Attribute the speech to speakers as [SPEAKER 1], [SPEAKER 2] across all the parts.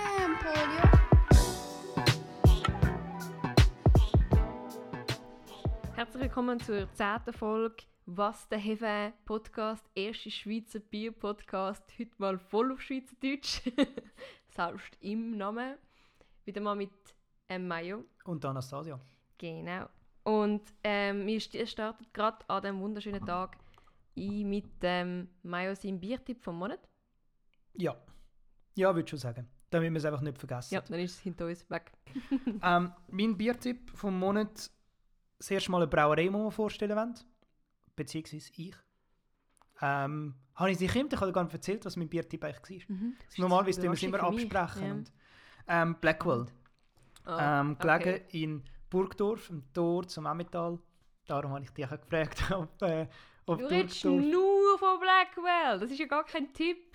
[SPEAKER 1] Podium.
[SPEAKER 2] Herzlich willkommen zur zehnten Folge «Was der Hefe» Podcast, erste Schweizer Bier-Podcast, heute mal voll auf Schweizerdeutsch, selbst im Namen. Wieder mal mit ähm, Mayo,
[SPEAKER 3] Und Anastasia.
[SPEAKER 2] genau. Und ähm, wir st- starten gerade an diesem wunderschönen Tag ein mit ähm, Mayo seinem Biertipp vom Monat.
[SPEAKER 3] Ja. Ja, würde schon sagen. Damit wir es einfach nicht vergessen.
[SPEAKER 2] Ja, dann ist es hinter uns weg.
[SPEAKER 3] Ähm, mein Biertipp vom Monat: das erste Mal eine Brauerei, die wir vorstellen wollen. Beziehungsweise ich. Ähm, habe ich es nicht gekannt? Ich habe gar nicht erzählt, was mein Biertipp eigentlich war.
[SPEAKER 2] Mhm.
[SPEAKER 3] Normalerweise tun wir es
[SPEAKER 2] Überraschung
[SPEAKER 3] immer
[SPEAKER 2] für mich,
[SPEAKER 3] absprechen.
[SPEAKER 2] ja.
[SPEAKER 3] Und, ähm, Blackwell.
[SPEAKER 2] Ah,
[SPEAKER 3] ähm,
[SPEAKER 2] okay.
[SPEAKER 3] gelegen in Burgdorf, im Tor zum Emmental. Darum habe ich dich auch gefragt, ob, äh, ob
[SPEAKER 2] Du redest
[SPEAKER 3] Burgdorf.
[SPEAKER 2] nur von Blackwell, das ist ja gar kein Tipp.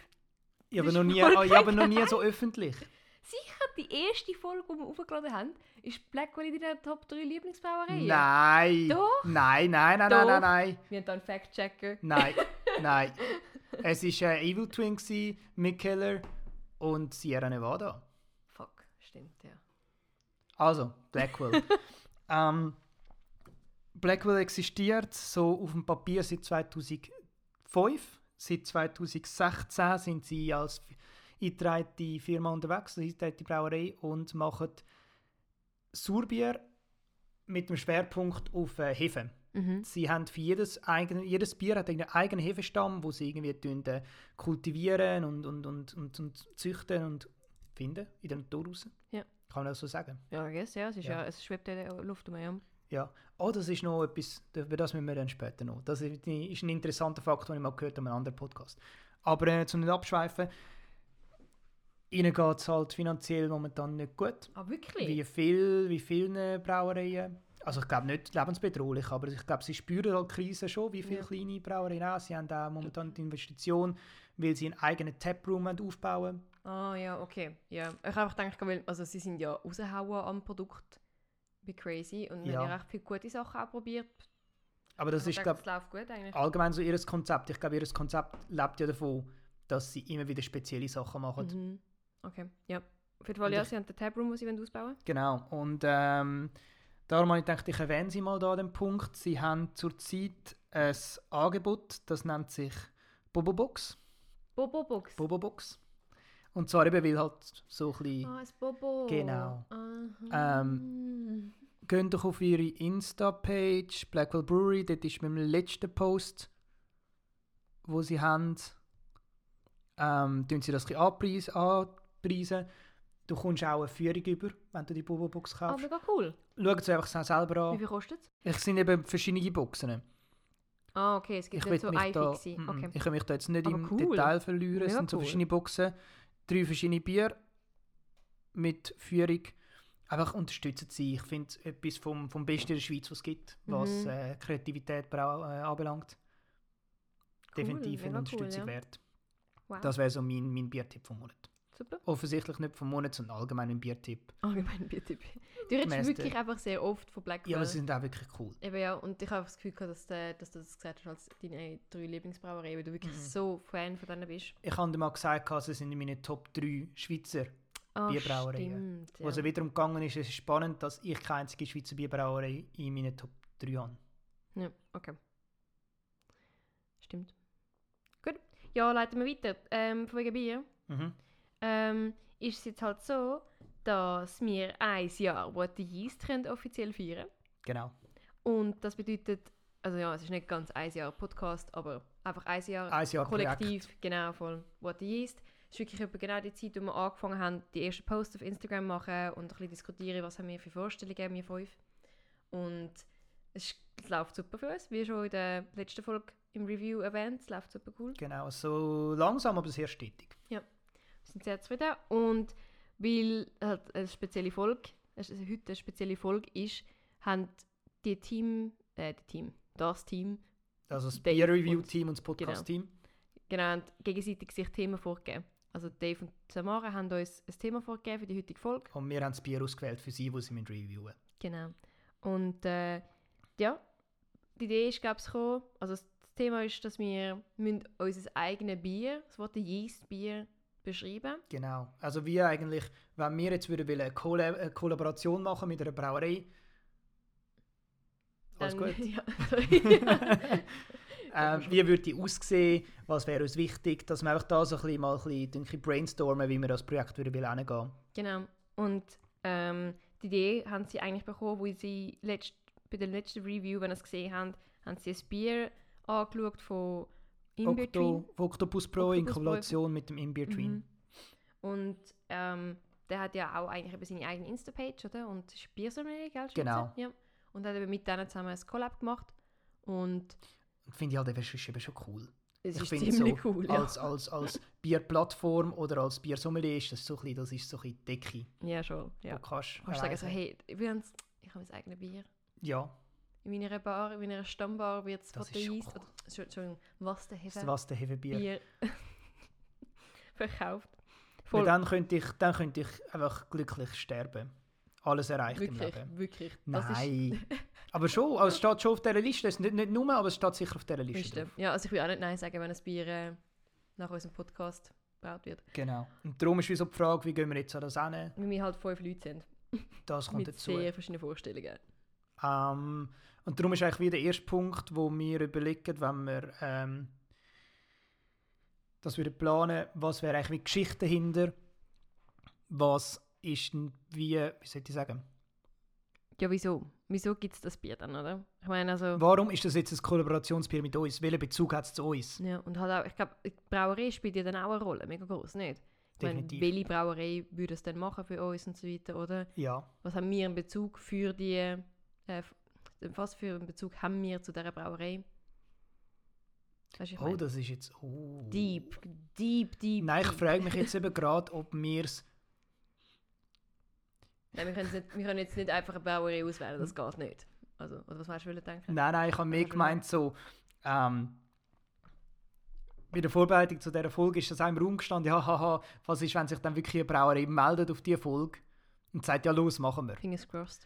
[SPEAKER 3] Ich habe
[SPEAKER 2] ist
[SPEAKER 3] noch nie, oh,
[SPEAKER 2] voll
[SPEAKER 3] ich habe noch nie so öffentlich.
[SPEAKER 2] Sicher, die erste Folge, die wir hochgeladen haben, ist Blackwell in deiner Top 3 Lieblingsbrauereien.
[SPEAKER 3] Nein.
[SPEAKER 2] Doch.
[SPEAKER 3] Nein, nein, nein,
[SPEAKER 2] Doch.
[SPEAKER 3] nein, nein, nein.
[SPEAKER 2] Wir haben da einen Fact-Checker.
[SPEAKER 3] Nein, nein. Es war äh, Evil Twin, gewesen, Mick Keller und Sierra Nevada.
[SPEAKER 2] Fuck, stimmt, ja.
[SPEAKER 3] Also, Blackwell. ähm, Blackwell existiert so auf dem Papier seit 2005. Seit 2016 sind sie als f- eingetragene Firma unterwegs, als eingetragene Brauerei und machen Surbier mit dem Schwerpunkt auf äh, Hefe. Sie haben für jedes, eigene, jedes Bier hat einen eigenen Hefestamm, wo sie irgendwie tun, äh, kultivieren und, und, und, und, und züchten und finden in der Natur raus.
[SPEAKER 2] Ja.
[SPEAKER 3] Kann man das so sagen?
[SPEAKER 2] Ja, I guess, ja, es, ist ja.
[SPEAKER 3] Ja.
[SPEAKER 2] es schwebt ja in der Luft um. Ja.
[SPEAKER 3] Ja. Oh, das ist noch etwas, über das müssen wir dann später noch. Das ist die- ist ein interessanter Fakt, den ich mal gehört habe in einem anderen Podcast. Aber äh, zum nicht abschweifen, ihnen geht es halt finanziell momentan nicht gut.
[SPEAKER 2] Ah,
[SPEAKER 3] Wie
[SPEAKER 2] wirklich?
[SPEAKER 3] viel, wie viele Brauereien? Also ich glaube nicht lebensbedrohlich, aber ich glaube, sie spüren halt die Krise schon, wie viele
[SPEAKER 2] Ja.
[SPEAKER 3] kleine Brauereien auch. Sie haben auch momentan die Investition, weil sie einen eigenen Taproom wollen aufbauen
[SPEAKER 2] Ah, ja, okay. Ja. Ich habe einfach gedacht, weil, also, sie sind ja raushauen am Produkt. Wie crazy. Und
[SPEAKER 3] Ja.
[SPEAKER 2] haben ja recht viele gute Sachen auch probiert. Also
[SPEAKER 3] Aber das
[SPEAKER 2] Ich
[SPEAKER 3] ist,
[SPEAKER 2] hab
[SPEAKER 3] glaube
[SPEAKER 2] gedacht, es läuft gut eigentlich.
[SPEAKER 3] allgemein so ihr Konzept. Ich glaube, ihr Konzept lebt ja davon, dass sie immer wieder spezielle Sachen machen.
[SPEAKER 2] Mhm. Okay, ja. Auf jeden Fall,
[SPEAKER 3] Und
[SPEAKER 2] ja,
[SPEAKER 3] ich-
[SPEAKER 2] sie haben den Tabroom, den sie wollen ausbauen
[SPEAKER 3] Genau. Und ähm, darum habe ich gedacht, ich erwähne sie mal da den Punkt. Sie haben zurzeit ein Angebot, das nennt sich Bobo Box.
[SPEAKER 2] Bobo Box.
[SPEAKER 3] Bobo Box. Und zwar eben, weil halt so ein bisschen...
[SPEAKER 2] Ah, es ist Bobo.
[SPEAKER 3] Genau. Ähm,
[SPEAKER 2] Aha.
[SPEAKER 3] Geht doch auf ihre Insta-Page, Blackwell Brewery, dort ist mit dem letzten Post, wo sie haben, ähm, tun sie das ein bisschen anpreis- anpreisen. Du kommst auch eine Führung über, wenn du die Bobo-Box
[SPEAKER 2] ah,
[SPEAKER 3] kaufst.
[SPEAKER 2] mega cool.
[SPEAKER 3] Schau sie einfach selber
[SPEAKER 2] Wie
[SPEAKER 3] an.
[SPEAKER 2] viel kostet es?
[SPEAKER 3] Es sind eben verschiedene Boxen.
[SPEAKER 2] Ah, okay, es gibt
[SPEAKER 3] Ich,
[SPEAKER 2] nicht
[SPEAKER 3] will
[SPEAKER 2] so
[SPEAKER 3] mich da,
[SPEAKER 2] Eifixi.
[SPEAKER 3] Mm, mm.
[SPEAKER 2] Okay.
[SPEAKER 3] ich will mich da jetzt nicht
[SPEAKER 2] Aber
[SPEAKER 3] im
[SPEAKER 2] cool.
[SPEAKER 3] Detail verlieren. Es
[SPEAKER 2] Mega
[SPEAKER 3] sind so
[SPEAKER 2] cool.
[SPEAKER 3] verschiedene Boxen, drei verschiedene Bier mit Führung. Einfach unterstützen sie. Ich finde es etwas vom, vom Besten in der Schweiz, was es gibt, was
[SPEAKER 2] Mhm.
[SPEAKER 3] äh, Kreativität brau- äh, anbelangt. Definitiv
[SPEAKER 2] mega
[SPEAKER 3] eine
[SPEAKER 2] cool,
[SPEAKER 3] Unterstützung
[SPEAKER 2] ja.
[SPEAKER 3] wert.
[SPEAKER 2] Wow,
[SPEAKER 3] Das wäre so mein, mein Biertipp vom Monat.
[SPEAKER 2] super. Ah,
[SPEAKER 3] Offensichtlich nicht vom Monat, sondern allgemein ein Biertipp.
[SPEAKER 2] Allgemein Biertipp. Du redest
[SPEAKER 3] Gemäss
[SPEAKER 2] wirklich
[SPEAKER 3] der-
[SPEAKER 2] einfach sehr oft von Blackwell.
[SPEAKER 3] Ja, aber sie sind auch wirklich cool.
[SPEAKER 2] Eben ja, und ich habe das Gefühl gehabt, dass, der, dass du das gesagt hast als deine drei Lieblingsbrauereien, weil du wirklich
[SPEAKER 3] Mhm.
[SPEAKER 2] so Fan von denen bist.
[SPEAKER 3] Ich habe dir mal gesagt, gehabt, sie sind in meinen Top 3 Schweizer
[SPEAKER 2] Ah,
[SPEAKER 3] Bierbrauereien.
[SPEAKER 2] Stimmt,
[SPEAKER 3] Wo es
[SPEAKER 2] ja.
[SPEAKER 3] wiederum gegangen ist, es ist spannend, dass ich keine einzige Schweizer Bierbrauerei in meinen Top 3 habe.
[SPEAKER 2] ja, okay. Stimmt. Gut. Ja, leiten wir weiter. Ähm, von wegen Bier.
[SPEAKER 3] Mhm.
[SPEAKER 2] ähm, ist es jetzt halt so, dass wir ein Jahr wo die Yeast können offiziell feiern
[SPEAKER 3] Genau.
[SPEAKER 2] Und das bedeutet, also ja, es ist nicht ganz ein Jahr Podcast, aber einfach ein Jahr
[SPEAKER 3] Ein Jahr
[SPEAKER 2] kollektiv,
[SPEAKER 3] Projekt.
[SPEAKER 2] genau, von What the Yeast. Es ist wirklich etwa genau die Zeit, wo wir angefangen haben, die ersten Posts auf Instagram machen und ein bisschen diskutieren, was haben wir für Vorstellungen, wir fünf. Und es, ist- es läuft super für uns, wie schon in der letzten Folge im Review erwähnt, es läuft super cool.
[SPEAKER 3] Genau. So langsam, aber sehr stetig.
[SPEAKER 2] Wir sind sehr zufrieden. Und weil halt eine spezielle Folge, also heute eine spezielle Folge ist, haben die Team, äh, die Team, das Team,
[SPEAKER 3] Also das
[SPEAKER 2] Dave
[SPEAKER 3] Beer Review
[SPEAKER 2] und-
[SPEAKER 3] Team und das Podcast Team.
[SPEAKER 2] genau, haben gegenseitig sich Themen vorgegeben. Also Dave und Samara haben uns ein Thema vorgegeben für die heutige Folge.
[SPEAKER 3] Und wir haben das Bier ausgewählt für sie, das sie mit reviewen.
[SPEAKER 2] Genau. Und äh, ja, die Idee ist, glaube ich, gekommen, also das Thema ist, dass wir müssen unser eigenes Bier, das Wort Yeast-Bier, beschreiben.
[SPEAKER 3] Genau. Also wie eigentlich, wenn wir jetzt würden wollen, eine, Koll eine Kollaboration machen mit einer Brauerei. Alles
[SPEAKER 2] Dann-
[SPEAKER 3] gut.
[SPEAKER 2] Ja, sorry.
[SPEAKER 3] Ähm, wie würde die aussehen? Was wäre uns wichtig? Dass wir einfach da so ein bisschen mal ein bisschen, denke ich, brainstormen, wie wir das Projekt würden wollen angehen.
[SPEAKER 2] genau. Und ähm, die Idee haben sie eigentlich bekommen, wo sie letzt, bei der letzten Review, wenn ihr es gesehen habt, haben sie ein Bier angeschaut von In Between.
[SPEAKER 3] Octo, Octopus Pro in
[SPEAKER 2] Octopus Pro.
[SPEAKER 3] Kombination mit dem In-Between.
[SPEAKER 2] Mhm. Und ähm, der hat ja auch eigentlich eben seine eigene Insta-Page, oder? Und ist Biersommelier, gell? Schweizer?
[SPEAKER 3] Genau.
[SPEAKER 2] Ja. Und hat eben mit denen zusammen ein Collab gemacht. Und
[SPEAKER 3] Und finde ich halt, das ist eben schon cool.
[SPEAKER 2] es ist
[SPEAKER 3] finde
[SPEAKER 2] ziemlich cool, ja.
[SPEAKER 3] Als, als, als Bierplattform oder als Biersommelier ist das so ein bisschen, das ist so ein bisschen die Decke.
[SPEAKER 2] Ja, schon. Ja.
[SPEAKER 3] Du kannst,
[SPEAKER 2] Kannst du sagen, so,
[SPEAKER 3] erreichen.
[SPEAKER 2] hey, ich, will ans- ich habe mein eigenes Bier.
[SPEAKER 3] Ja,
[SPEAKER 2] In meiner Bar, in meiner Stammbar wird es
[SPEAKER 3] Das ist schon
[SPEAKER 2] verteist.
[SPEAKER 3] cool.
[SPEAKER 2] oder- Entschu- Entschuldigung, was der
[SPEAKER 3] das ist
[SPEAKER 2] Hefe
[SPEAKER 3] was der Hefebier.
[SPEAKER 2] Bier verkauft.
[SPEAKER 3] Weil
[SPEAKER 2] Voll
[SPEAKER 3] dann könnte, ich, dann könnte ich einfach glücklich sterben. Alles erreicht im
[SPEAKER 2] wirklich,
[SPEAKER 3] Leben.
[SPEAKER 2] wirklich. Das ist
[SPEAKER 3] Nein. aber schon, also es steht schon auf dieser Liste. Es ist nicht, nicht nur, aber es steht sicher auf dieser Liste.
[SPEAKER 2] Liste.
[SPEAKER 3] Drauf.
[SPEAKER 2] Ja, also ich will auch nicht Nein sagen, wenn ein Bier äh, nach unserem Podcast gebaut wird.
[SPEAKER 3] Genau. Und darum ist wieso die Frage, wie gehen wir jetzt an das hin?
[SPEAKER 2] Weil wir halt fünf Leute sind.
[SPEAKER 3] Das kommt
[SPEAKER 2] mit
[SPEAKER 3] dazu.
[SPEAKER 2] sehr verschiedenen Vorstellungen.
[SPEAKER 3] Ähm, und darum ist eigentlich wieder der erste Punkt, wo wir überlegen, wenn wir ähm, das würden planen, was wäre eigentlich wie die Geschichte dahinter, was ist denn wie, wie soll ich sagen,
[SPEAKER 2] Ja, wieso? Wieso gibt es das Bier dann, oder? Ich meine, also.
[SPEAKER 3] warum ist das jetzt ein Kollaborationsbier mit uns, welchen Bezug hat es zu uns?
[SPEAKER 2] Ja, und halt auch, ich glaube, die Brauerei spielt ja dann auch eine Rolle, mega groß, nicht? Ich meine,
[SPEAKER 3] Definitiv.
[SPEAKER 2] welche Brauerei würde es denn machen für uns und so weiter, oder?
[SPEAKER 3] Ja,
[SPEAKER 2] Was haben wir in Bezug für die. Äh, f- was für einen Bezug haben wir zu dieser Brauerei? Weißt du, ich
[SPEAKER 3] oh,
[SPEAKER 2] meine,
[SPEAKER 3] das ist jetzt, oh.
[SPEAKER 2] deep, deep, deep.
[SPEAKER 3] Nein, ich
[SPEAKER 2] deep.
[SPEAKER 3] frage mich jetzt eben gerade, ob wir es,
[SPEAKER 2] Nein, wir können, nicht, wir können jetzt nicht einfach eine Brauerei auswählen,
[SPEAKER 3] Hm.
[SPEAKER 2] das geht nicht. Also, oder was meinst du, will ich denken?
[SPEAKER 3] nein, nein, ich habe mehr
[SPEAKER 2] Also-
[SPEAKER 3] gemeint so, ähm, bei der Vorbereitung zu dieser Folge ist das auch im Raum gestanden, ja, haha, was ist, wenn sich dann wirklich eine Brauerei meldet auf diese Folge und sagt, ja los, machen wir.
[SPEAKER 2] Fingers crossed.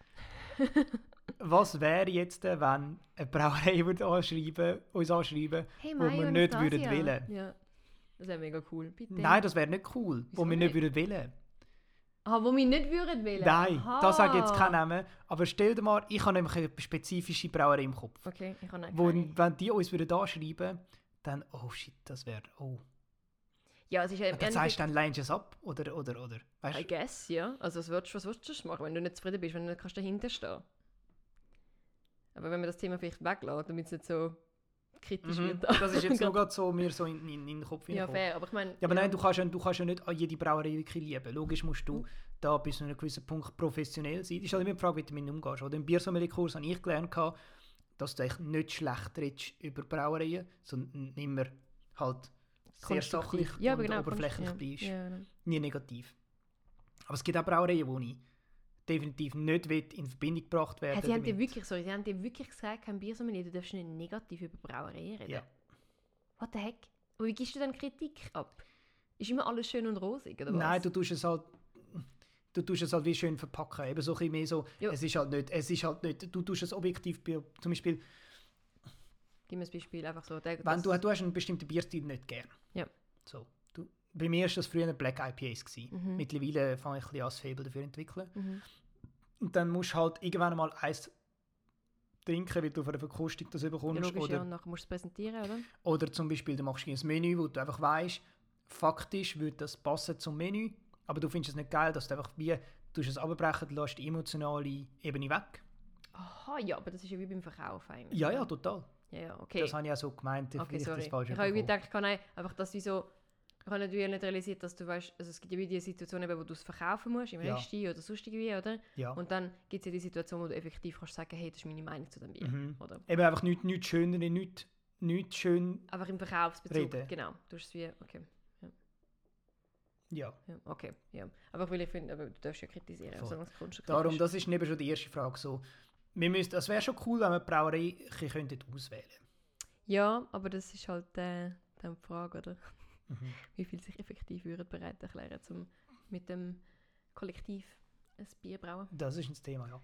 [SPEAKER 3] Was wäre jetzt, äh, wenn eine Brauerei würde anschreiben, uns anschreiben,
[SPEAKER 2] Hey,
[SPEAKER 3] Wo wir nicht würden wollen.
[SPEAKER 2] Ja. Das wäre mega cool. Bitte.
[SPEAKER 3] nein, das wäre nicht cool,
[SPEAKER 2] Wieso
[SPEAKER 3] wo wir nicht würden
[SPEAKER 2] nicht?
[SPEAKER 3] wollen.
[SPEAKER 2] Ah, wo wir nicht würden wollen.
[SPEAKER 3] Nein,
[SPEAKER 2] Aha.
[SPEAKER 3] das sage ich jetzt keinen Namen, aber stell dir mal, ich habe nämlich eine spezifische Brauerei im Kopf.
[SPEAKER 2] Okay, ich kann
[SPEAKER 3] Wo,
[SPEAKER 2] nicht.
[SPEAKER 3] wenn die uns würden anschreiben, dann, oh shit, das wäre, oh.
[SPEAKER 2] Ja, es ist ja im
[SPEAKER 3] Aber das heißt,
[SPEAKER 2] Endeffekt,
[SPEAKER 3] dann lehnst du es ab, oder, oder, oder. Weißt
[SPEAKER 2] I
[SPEAKER 3] du?
[SPEAKER 2] guess, ja. Also was würdest, was würdest du sonst machen, wenn du nicht zufrieden bist, wenn du nicht kannst dahinterstehen Aber wenn wir das Thema vielleicht weglassen, damit es nicht so kritisch
[SPEAKER 3] Mhm.
[SPEAKER 2] wird.
[SPEAKER 3] Das ist jetzt nur gerade so mir so in, in, in den Kopf
[SPEAKER 2] Ja,
[SPEAKER 3] hineingekommen.
[SPEAKER 2] fair, aber ich meine...
[SPEAKER 3] Ja, aber nein, du kannst, ja- du kannst ja nicht an jede Brauerei wirklich lieben. Logisch musst
[SPEAKER 2] Mhm.
[SPEAKER 3] du da bis zu einem gewissen Punkt professionell sein. ist halt immer die Frage, wie du damit umgehst. Oder im Biersommelier-Kurs habe ich gelernt, gehabt, dass du echt nicht schlecht redest über Brauereien, sondern immer halt sehr sachlich
[SPEAKER 2] konstruktiv. ja, aber
[SPEAKER 3] und
[SPEAKER 2] genau,
[SPEAKER 3] oberflächlich
[SPEAKER 2] konst- ja,
[SPEAKER 3] bleibst.
[SPEAKER 2] Ja, genau.
[SPEAKER 3] Nie negativ. Aber es gibt auch Brauereien, wo ich definitiv nicht will in Verbindung gebracht werden
[SPEAKER 2] Hey, sie haben dir
[SPEAKER 3] damit.
[SPEAKER 2] wirklich, sorry, sie haben dir wirklich gesagt, kein Biersommelier, du darfst nicht negativ über Brauereien reden.
[SPEAKER 3] Ja.
[SPEAKER 2] What the heck? Aber wie gibst du dann Kritik ab? Ist immer alles schön und rosig, oder was?
[SPEAKER 3] Nein, du tust es halt. Du tust es halt wie schön verpacken. Eben so ein bisschen mehr so,
[SPEAKER 2] Ja.
[SPEAKER 3] es ist halt nicht, es ist halt nicht, du tust es objektiv, be- zum Beispiel,
[SPEAKER 2] Gib mir ein Beispiel, einfach so. Der,
[SPEAKER 3] wenn du, du hast einen bestimmten Bierstil nicht gern.
[SPEAKER 2] Ja.
[SPEAKER 3] So. Du, bei mir war das früher Black IPAs. Gewesen.
[SPEAKER 2] Mhm.
[SPEAKER 3] Mittlerweile fange ich ein bisschen an, das Faible dafür zu entwickeln.
[SPEAKER 2] Mhm.
[SPEAKER 3] Und dann musst du halt irgendwann mal eins trinken, weil du von der Verkostung das
[SPEAKER 2] Ja,
[SPEAKER 3] überkommst.
[SPEAKER 2] logisch,
[SPEAKER 3] oder,
[SPEAKER 2] ja, und nachher musst du es präsentieren, oder?
[SPEAKER 3] oder zum Beispiel, du machst ein Menü, wo du einfach weißt, faktisch würde das passen zum Menü, aber du findest es nicht geil, dass du einfach wie, du es abbrechen, du lässt die emotionale Ebene weg.
[SPEAKER 2] Aha, ja, aber das ist ja wie beim Verkauf eigentlich.
[SPEAKER 3] Ja,
[SPEAKER 2] oder?
[SPEAKER 3] ja, total.
[SPEAKER 2] Ja, ja, okay.
[SPEAKER 3] Das habe ich auch so gemeint.
[SPEAKER 2] okay,
[SPEAKER 3] vielleicht
[SPEAKER 2] sorry.
[SPEAKER 3] das
[SPEAKER 2] Ich
[SPEAKER 3] falsch
[SPEAKER 2] habe irgendwie
[SPEAKER 3] überkommen.
[SPEAKER 2] gedacht, oh nein, einfach, dass du so... Ich habe natürlich nicht realisiert, dass du weißt, also es gibt ja wie die Situation, eben, wo du es verkaufen musst, im
[SPEAKER 3] Ja.
[SPEAKER 2] Resti oder sonst irgendwie, oder?
[SPEAKER 3] ja.
[SPEAKER 2] Und dann gibt es ja die Situation, wo du effektiv kannst sagen, hey, das ist meine Meinung zu dem Bier,
[SPEAKER 3] Mhm.
[SPEAKER 2] oder?
[SPEAKER 3] Eben einfach nichts nicht Schöneres, nichts nicht schön.
[SPEAKER 2] Einfach im Verkaufsbezug.
[SPEAKER 3] Reden.
[SPEAKER 2] Genau. Du hast es wie, okay.
[SPEAKER 3] Ja.
[SPEAKER 2] Ja, okay, ja. Aber weil ich finde, aber du darfst ja kritisieren,
[SPEAKER 3] Voll.
[SPEAKER 2] solange es Kunst
[SPEAKER 3] Darum, das ist eben schon die erste Frage. So, wir müssen, es wäre schon cool, wenn wir die Brauerei ein bisschen auswählen könnten.
[SPEAKER 2] Ja, aber das ist halt äh, dann die Frage, oder?
[SPEAKER 3] Mhm.
[SPEAKER 2] Wie viel sich effektiv würden bereit erklären, um mit dem Kollektiv ein Bier zu brauen.
[SPEAKER 3] Das ist ein Thema, ja.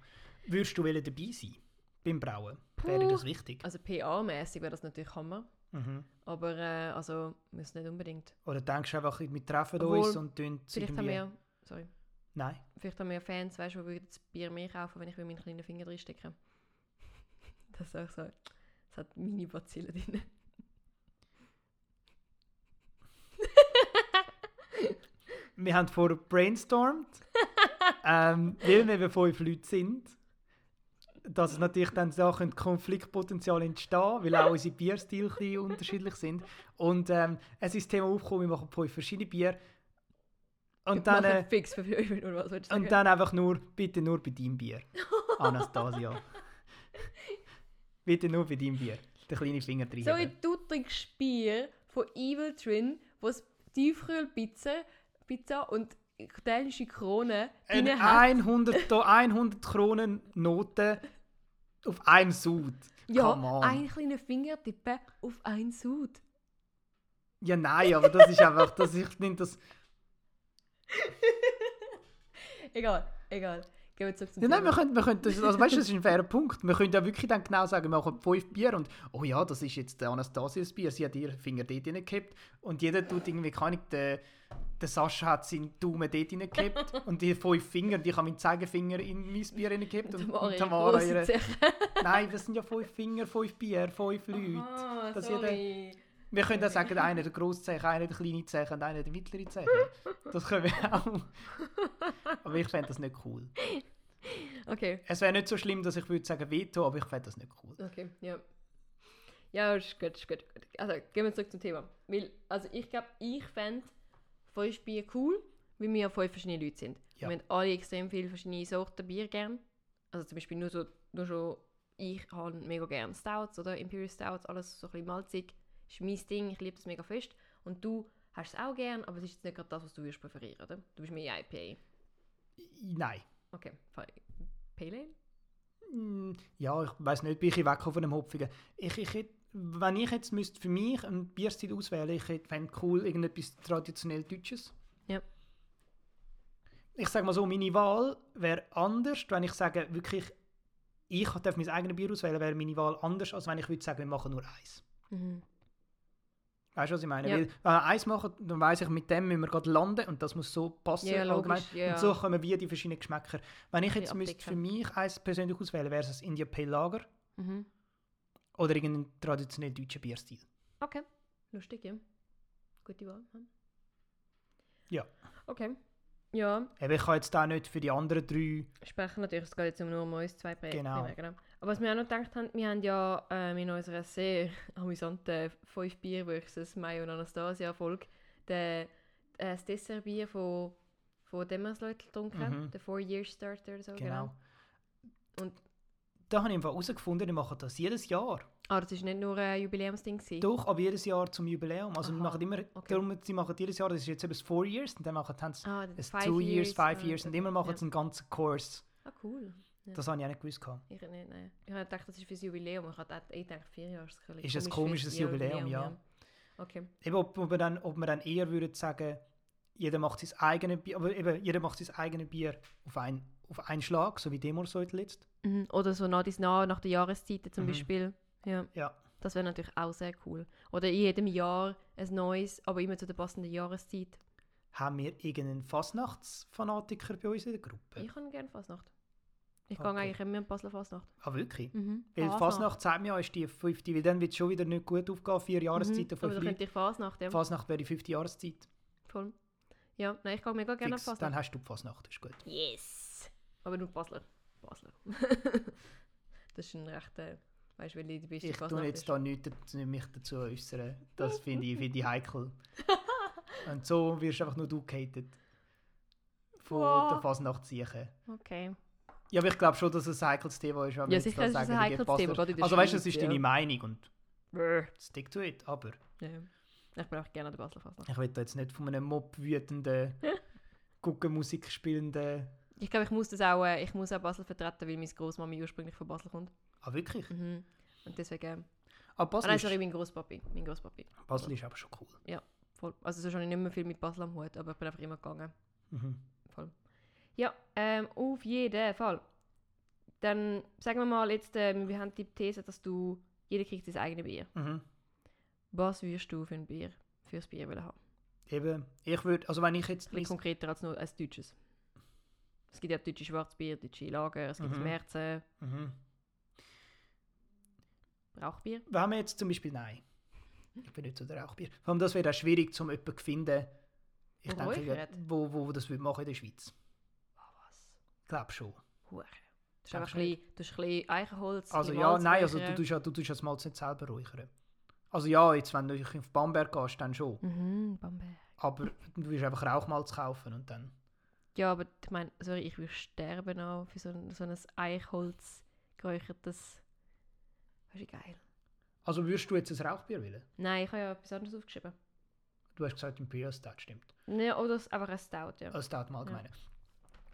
[SPEAKER 3] Würdest du wollen dabei sein beim Brauen? Wäre dir das wichtig?
[SPEAKER 2] Also PR-mäßig wäre das natürlich Hammer.
[SPEAKER 3] Mhm.
[SPEAKER 2] Aber äh, also müssen nicht unbedingt.
[SPEAKER 3] Oder denkst du einfach, wir treffen
[SPEAKER 2] Obwohl,
[SPEAKER 3] uns und tun es
[SPEAKER 2] Vielleicht haben
[SPEAKER 3] irgendwie...
[SPEAKER 2] wir, sorry,
[SPEAKER 3] Nein.
[SPEAKER 2] vielleicht haben wir Fans, weißt du, die würden das Bier mehr kaufen, wenn ich will meinen kleinen Finger reinstecken. Das ist auch so. Das hat Mini-Bazillen drin.
[SPEAKER 3] Wir haben vorher brainstormt, ähm, weil wir eben fünf Leute sind, dass natürlich dann Sachen Konfliktpotenzial entstehen, weil auch unsere Bierstile ein bisschen unterschiedlich sind. Und ähm, es ist das Thema aufgekommen, wir machen fünf verschiedene Bier. Und dann,
[SPEAKER 2] Nachher
[SPEAKER 3] äh,
[SPEAKER 2] fix für euch, oder was würdest du
[SPEAKER 3] und
[SPEAKER 2] sagen?
[SPEAKER 3] dann einfach nur, bitte nur bei deinem Bier. Anastasia. bitte nur bei deinem Bier. Der kleine Finger drin.
[SPEAKER 2] Sorry, du trinkst Bier von Evil Twin, was Tiefkühlpizza Pizza und italienische Krone
[SPEAKER 3] Ein
[SPEAKER 2] drin hat.
[SPEAKER 3] 100, Do- 100 Kronen Note auf einem Sud.
[SPEAKER 2] Ja,
[SPEAKER 3] Come on.
[SPEAKER 2] ein kleiner Fingertippe auf einen Sud.
[SPEAKER 3] Ja, nein, aber das ist einfach, das ich nehme das.
[SPEAKER 2] Egal, egal. Gehen wir zurück zum
[SPEAKER 3] Ja, nein, wir
[SPEAKER 2] Thema.
[SPEAKER 3] können, wir können das, also weißt du, das ist ein fairer Punkt. Wir können ja wirklich dann genau sagen, wir machen fünf Bier und, oh ja, das ist jetzt der Anastasias Bier, sie hat ihren Finger dort reingekippt und jeder tut irgendwie, keine Ahnung, der, der Sascha hat seinen Daumen dort reingekippt und die fünf Finger, die ich habe meinen Zeigefinger in mein Bier reingekippt und,
[SPEAKER 2] Tamara,
[SPEAKER 3] und
[SPEAKER 2] ihre
[SPEAKER 3] Tamara
[SPEAKER 2] grosse
[SPEAKER 3] ihre.
[SPEAKER 2] Zeche.
[SPEAKER 3] Nein, das sind ja fünf Finger, fünf Bier, fünf Leute.
[SPEAKER 2] Ah,
[SPEAKER 3] dass
[SPEAKER 2] sorry.
[SPEAKER 3] Wir können auch sagen, einer der grosse Zeichen, einer der kleine Zeichen und einer der mittlere Zeichen. Das können wir auch. Aber ich fände das nicht cool.
[SPEAKER 2] Okay,
[SPEAKER 3] Es wäre nicht so schlimm, dass ich würde sagen Veto, aber ich fände das nicht cool.
[SPEAKER 2] okay, ja. Ja, ist gut, ist gut. ist gut. Also, gehen wir zurück zum Thema. Weil, also ich glaube, ich fände fünf Bier cool, weil wir ja fünf verschiedene Leute sind.
[SPEAKER 3] Ja.
[SPEAKER 2] Wir haben alle extrem viele verschiedene Sorten Bier gern. Also zum Beispiel nur, so, nur schon, ich habe mega gern Stouts oder Imperial Stouts, alles so ein bisschen malzig. Ist mein Ding, ich liebe das mega fest. Und du hast es auch gern, aber es ist jetzt nicht gerade das, was du würdest präferieren, oder? Du bist mehr IPA.
[SPEAKER 3] Nein.
[SPEAKER 2] Okay, voll. Pale Ale?
[SPEAKER 3] Mm, Ja, ich weiß nicht, bin ich weg von einem Hopfigen. Ich, ich hätte, wenn ich jetzt müsste für mich einen Bierstil auswählen, ich hätte- fände cool irgendetwas traditionell Deutsches.
[SPEAKER 2] Ja.
[SPEAKER 3] Ich sage mal so, meine Wahl wäre anders, wenn ich sage, wirklich, ich darf mein eigenes Bier auswählen, wäre meine Wahl anders, als wenn ich würde sagen, wir machen nur eins.
[SPEAKER 2] Mhm.
[SPEAKER 3] Weißt du, was ich meine?
[SPEAKER 2] Ja.
[SPEAKER 3] Weil, wenn wir eins machen, dann weiss ich, mit dem müssen wir gerade landen und das muss so passen.
[SPEAKER 2] Ja, logisch,
[SPEAKER 3] allgemein.
[SPEAKER 2] ja, ja.
[SPEAKER 3] Und so kommen wir die verschiedenen Geschmäcker. Wenn ich jetzt
[SPEAKER 2] bisschen
[SPEAKER 3] müsste für
[SPEAKER 2] abdecken.
[SPEAKER 3] mich eins persönlich auswählen, wäre es ein India Pale Lager
[SPEAKER 2] Mhm.
[SPEAKER 3] oder irgendein traditionell deutscher Bierstil.
[SPEAKER 2] Okay, lustig, ja. Gute Wahl. hm?
[SPEAKER 3] Ja.
[SPEAKER 2] Okay. Ja,
[SPEAKER 3] Eben, ich kann jetzt da nicht für die anderen drei.
[SPEAKER 2] sprechen natürlich, es geht jetzt nur um uns zwei Prä
[SPEAKER 3] Genau.
[SPEAKER 2] Primär, genau. Aber was wir auch noch gedacht haben, wir haben ja ähm, in unserer sehr amüsanten 5 Bier versus Mayo und Anastasia Folge den, äh, das Dessertbier von, von Demersleutl getrunken,
[SPEAKER 3] Mhm.
[SPEAKER 2] der Four Years Starter oder so, genau.
[SPEAKER 3] Genau.
[SPEAKER 2] Und-
[SPEAKER 3] da habe ich einfach herausgefunden, die machen das jedes Jahr.
[SPEAKER 2] Ah, das war nicht nur ein Jubiläumsding. gewesen?
[SPEAKER 3] Doch, aber jedes Jahr zum Jubiläum. Also,
[SPEAKER 2] Aha,
[SPEAKER 3] wir machen immer, darum, sie machen jedes Jahr, das ist jetzt eben das Four Years und dann machen haben sie
[SPEAKER 2] Ah,
[SPEAKER 3] ein
[SPEAKER 2] five
[SPEAKER 3] Two Years, Five
[SPEAKER 2] ah,
[SPEAKER 3] Years und
[SPEAKER 2] okay,
[SPEAKER 3] immer machen
[SPEAKER 2] ja.
[SPEAKER 3] sie einen ganzen Kurs.
[SPEAKER 2] Ah, cool. Ja.
[SPEAKER 3] Das habe ich auch nicht gewusst. gehabt.
[SPEAKER 2] Ich nicht, nein. Ich habe gedacht, das ist fürs Jubiläum. Ich habe eh gedacht, vier Jahre ist ein
[SPEAKER 3] Ist ein
[SPEAKER 2] bisschen
[SPEAKER 3] komisches
[SPEAKER 2] für- ja,
[SPEAKER 3] Jubiläum, ja.
[SPEAKER 2] Okay.
[SPEAKER 3] Eben, ob, ob, man dann, ob man dann eher würde sagen, jeder macht sein eigenes Bier, aber eben, jeder macht sein eigenes Bier auf, ein, auf einen Schlag, so wie Demor so jetzt.
[SPEAKER 2] Mhm. Oder so nah dies nah nach der Jahreszeit zum
[SPEAKER 3] Mhm.
[SPEAKER 2] Beispiel. Ja.
[SPEAKER 3] Ja.
[SPEAKER 2] Das wäre natürlich auch sehr cool. Oder in jedem Jahr ein neues, aber immer zu der passenden Jahreszeit.
[SPEAKER 3] Haben wir irgendeinen Fasnachtsfanatiker bei uns in der Gruppe?
[SPEAKER 2] Ich kann gerne Fasnacht. Ich
[SPEAKER 3] Okay.
[SPEAKER 2] gehe eigentlich immer in Basler Fasnacht.
[SPEAKER 3] Ah, wirklich?
[SPEAKER 2] Mhm.
[SPEAKER 3] Weil Fasnacht, sagt mir ja, ist die fünfte, weil dann wird es schon wieder nicht gut aufgehen, vier Jahreszeiten
[SPEAKER 2] Mhm.
[SPEAKER 3] von
[SPEAKER 2] Aber dann
[SPEAKER 3] Leute.
[SPEAKER 2] könnte ich Fasnacht, ja.
[SPEAKER 3] Fasnacht wäre die fünfte Jahreszeit.
[SPEAKER 2] Voll. Ja, nein, ich gehe mega gerne an
[SPEAKER 3] Fix, dann
[SPEAKER 2] Fasnacht.
[SPEAKER 3] hast du die Fasnacht, ist gut.
[SPEAKER 2] Yes! Aber nur Basler. Basler. das ist ein rechter, weißt du, weil die beste
[SPEAKER 3] Ich tue
[SPEAKER 2] Fasnacht
[SPEAKER 3] jetzt
[SPEAKER 2] ist.
[SPEAKER 3] da nichts dazu, mich dazu äußern. Das finde ich, finde ich heikel. Und so wirst einfach nur du gehatet. Von
[SPEAKER 2] Wow.
[SPEAKER 3] der Fasnacht sicher.
[SPEAKER 2] Okay.
[SPEAKER 3] Ja, aber ich glaube schon, dass es ein heikles Thema ist, wenn wir
[SPEAKER 2] Ja,
[SPEAKER 3] jetzt
[SPEAKER 2] sicher
[SPEAKER 3] da
[SPEAKER 2] ist es ein
[SPEAKER 3] sagen, die
[SPEAKER 2] heikles
[SPEAKER 3] Basler-
[SPEAKER 2] Thema, gerade in der
[SPEAKER 3] Also weißt du, das
[SPEAKER 2] Schweiz,
[SPEAKER 3] ist
[SPEAKER 2] ja.
[SPEAKER 3] deine Meinung und
[SPEAKER 2] Brr.
[SPEAKER 3] stick to it. Aber
[SPEAKER 2] Ja. Ich bin auch gerne an der Basler Fasnacht.
[SPEAKER 3] ich will da jetzt nicht von einem Mob wütenden, Guckenmusik spielenden...
[SPEAKER 2] Ich glaube, ich muss das auch, äh, ich muss auch Basel vertreten, weil meine Großmami ursprünglich von Basel kommt.
[SPEAKER 3] Ah, wirklich?
[SPEAKER 2] Mhm. Und deswegen.
[SPEAKER 3] Ah,
[SPEAKER 2] Ah,
[SPEAKER 3] Basel,
[SPEAKER 2] nein, sorry,
[SPEAKER 3] ist,
[SPEAKER 2] mein Großpapi. Mein Großpapi.
[SPEAKER 3] Basel ist aber schon cool.
[SPEAKER 2] Voll. Also so schon ich nicht mehr viel mit Basel am Hut, aber ich bin einfach immer gegangen.
[SPEAKER 3] Mhm.
[SPEAKER 2] Voll. Ja, ähm, auf jeden Fall. Dann äh, sagen wir mal jetzt, ähm, wir haben die These, dass du jeder kriegt sein eigenes Bier.
[SPEAKER 3] Mhm.
[SPEAKER 2] Was würdest du für ein Bier, fürs Bier wollen haben?
[SPEAKER 3] Eben, ich würde, also wenn ich jetzt
[SPEAKER 2] Ein bisschen konkreter als nur als deutsches. Es gibt ja deutsche Schwarzbier, deutsche Lager, es gibt
[SPEAKER 3] Mhm.
[SPEAKER 2] Märzen,
[SPEAKER 3] Mhm.
[SPEAKER 2] Rauchbier.
[SPEAKER 3] Wenn wir jetzt zum Beispiel, nein, ich bin nicht so der Rauchbier. Vor allem, das wäre auch schwierig, zum jemanden zu finden, ich
[SPEAKER 2] Der
[SPEAKER 3] denke,
[SPEAKER 2] räuchert.
[SPEAKER 3] wo, wo das würde machen in der Schweiz.
[SPEAKER 2] Ah, was?
[SPEAKER 3] Ich glaube schon.
[SPEAKER 2] Hure. Das ist einfach
[SPEAKER 3] Danke.
[SPEAKER 2] ein bisschen, das ist ein bisschen Eichenholz. ein
[SPEAKER 3] Also
[SPEAKER 2] bisschen
[SPEAKER 3] ja,
[SPEAKER 2] Malz
[SPEAKER 3] nein, also du
[SPEAKER 2] räuchern.
[SPEAKER 3] tust ja, du tust ja das Malz nicht selber räuchern. Also ja, jetzt, wenn du auf Bamberg gehst, dann schon.
[SPEAKER 2] Mhm, Bamberg.
[SPEAKER 3] Aber du willst einfach Rauchmalz kaufen und dann...
[SPEAKER 2] Ja, aber ich meine, sorry, ich würde sterben auch für so ein, so ein Eichholz geräuchertes. Das ist geil.
[SPEAKER 3] Also würdest du jetzt ein Rauchbier wollen?
[SPEAKER 2] Nein, ich habe ja etwas anderes aufgeschrieben.
[SPEAKER 3] Du hast gesagt, Imperial Stout, stimmt.
[SPEAKER 2] Ja, oder es- einfach ein Stout, ja.
[SPEAKER 3] Als Stout im Allgemeinen.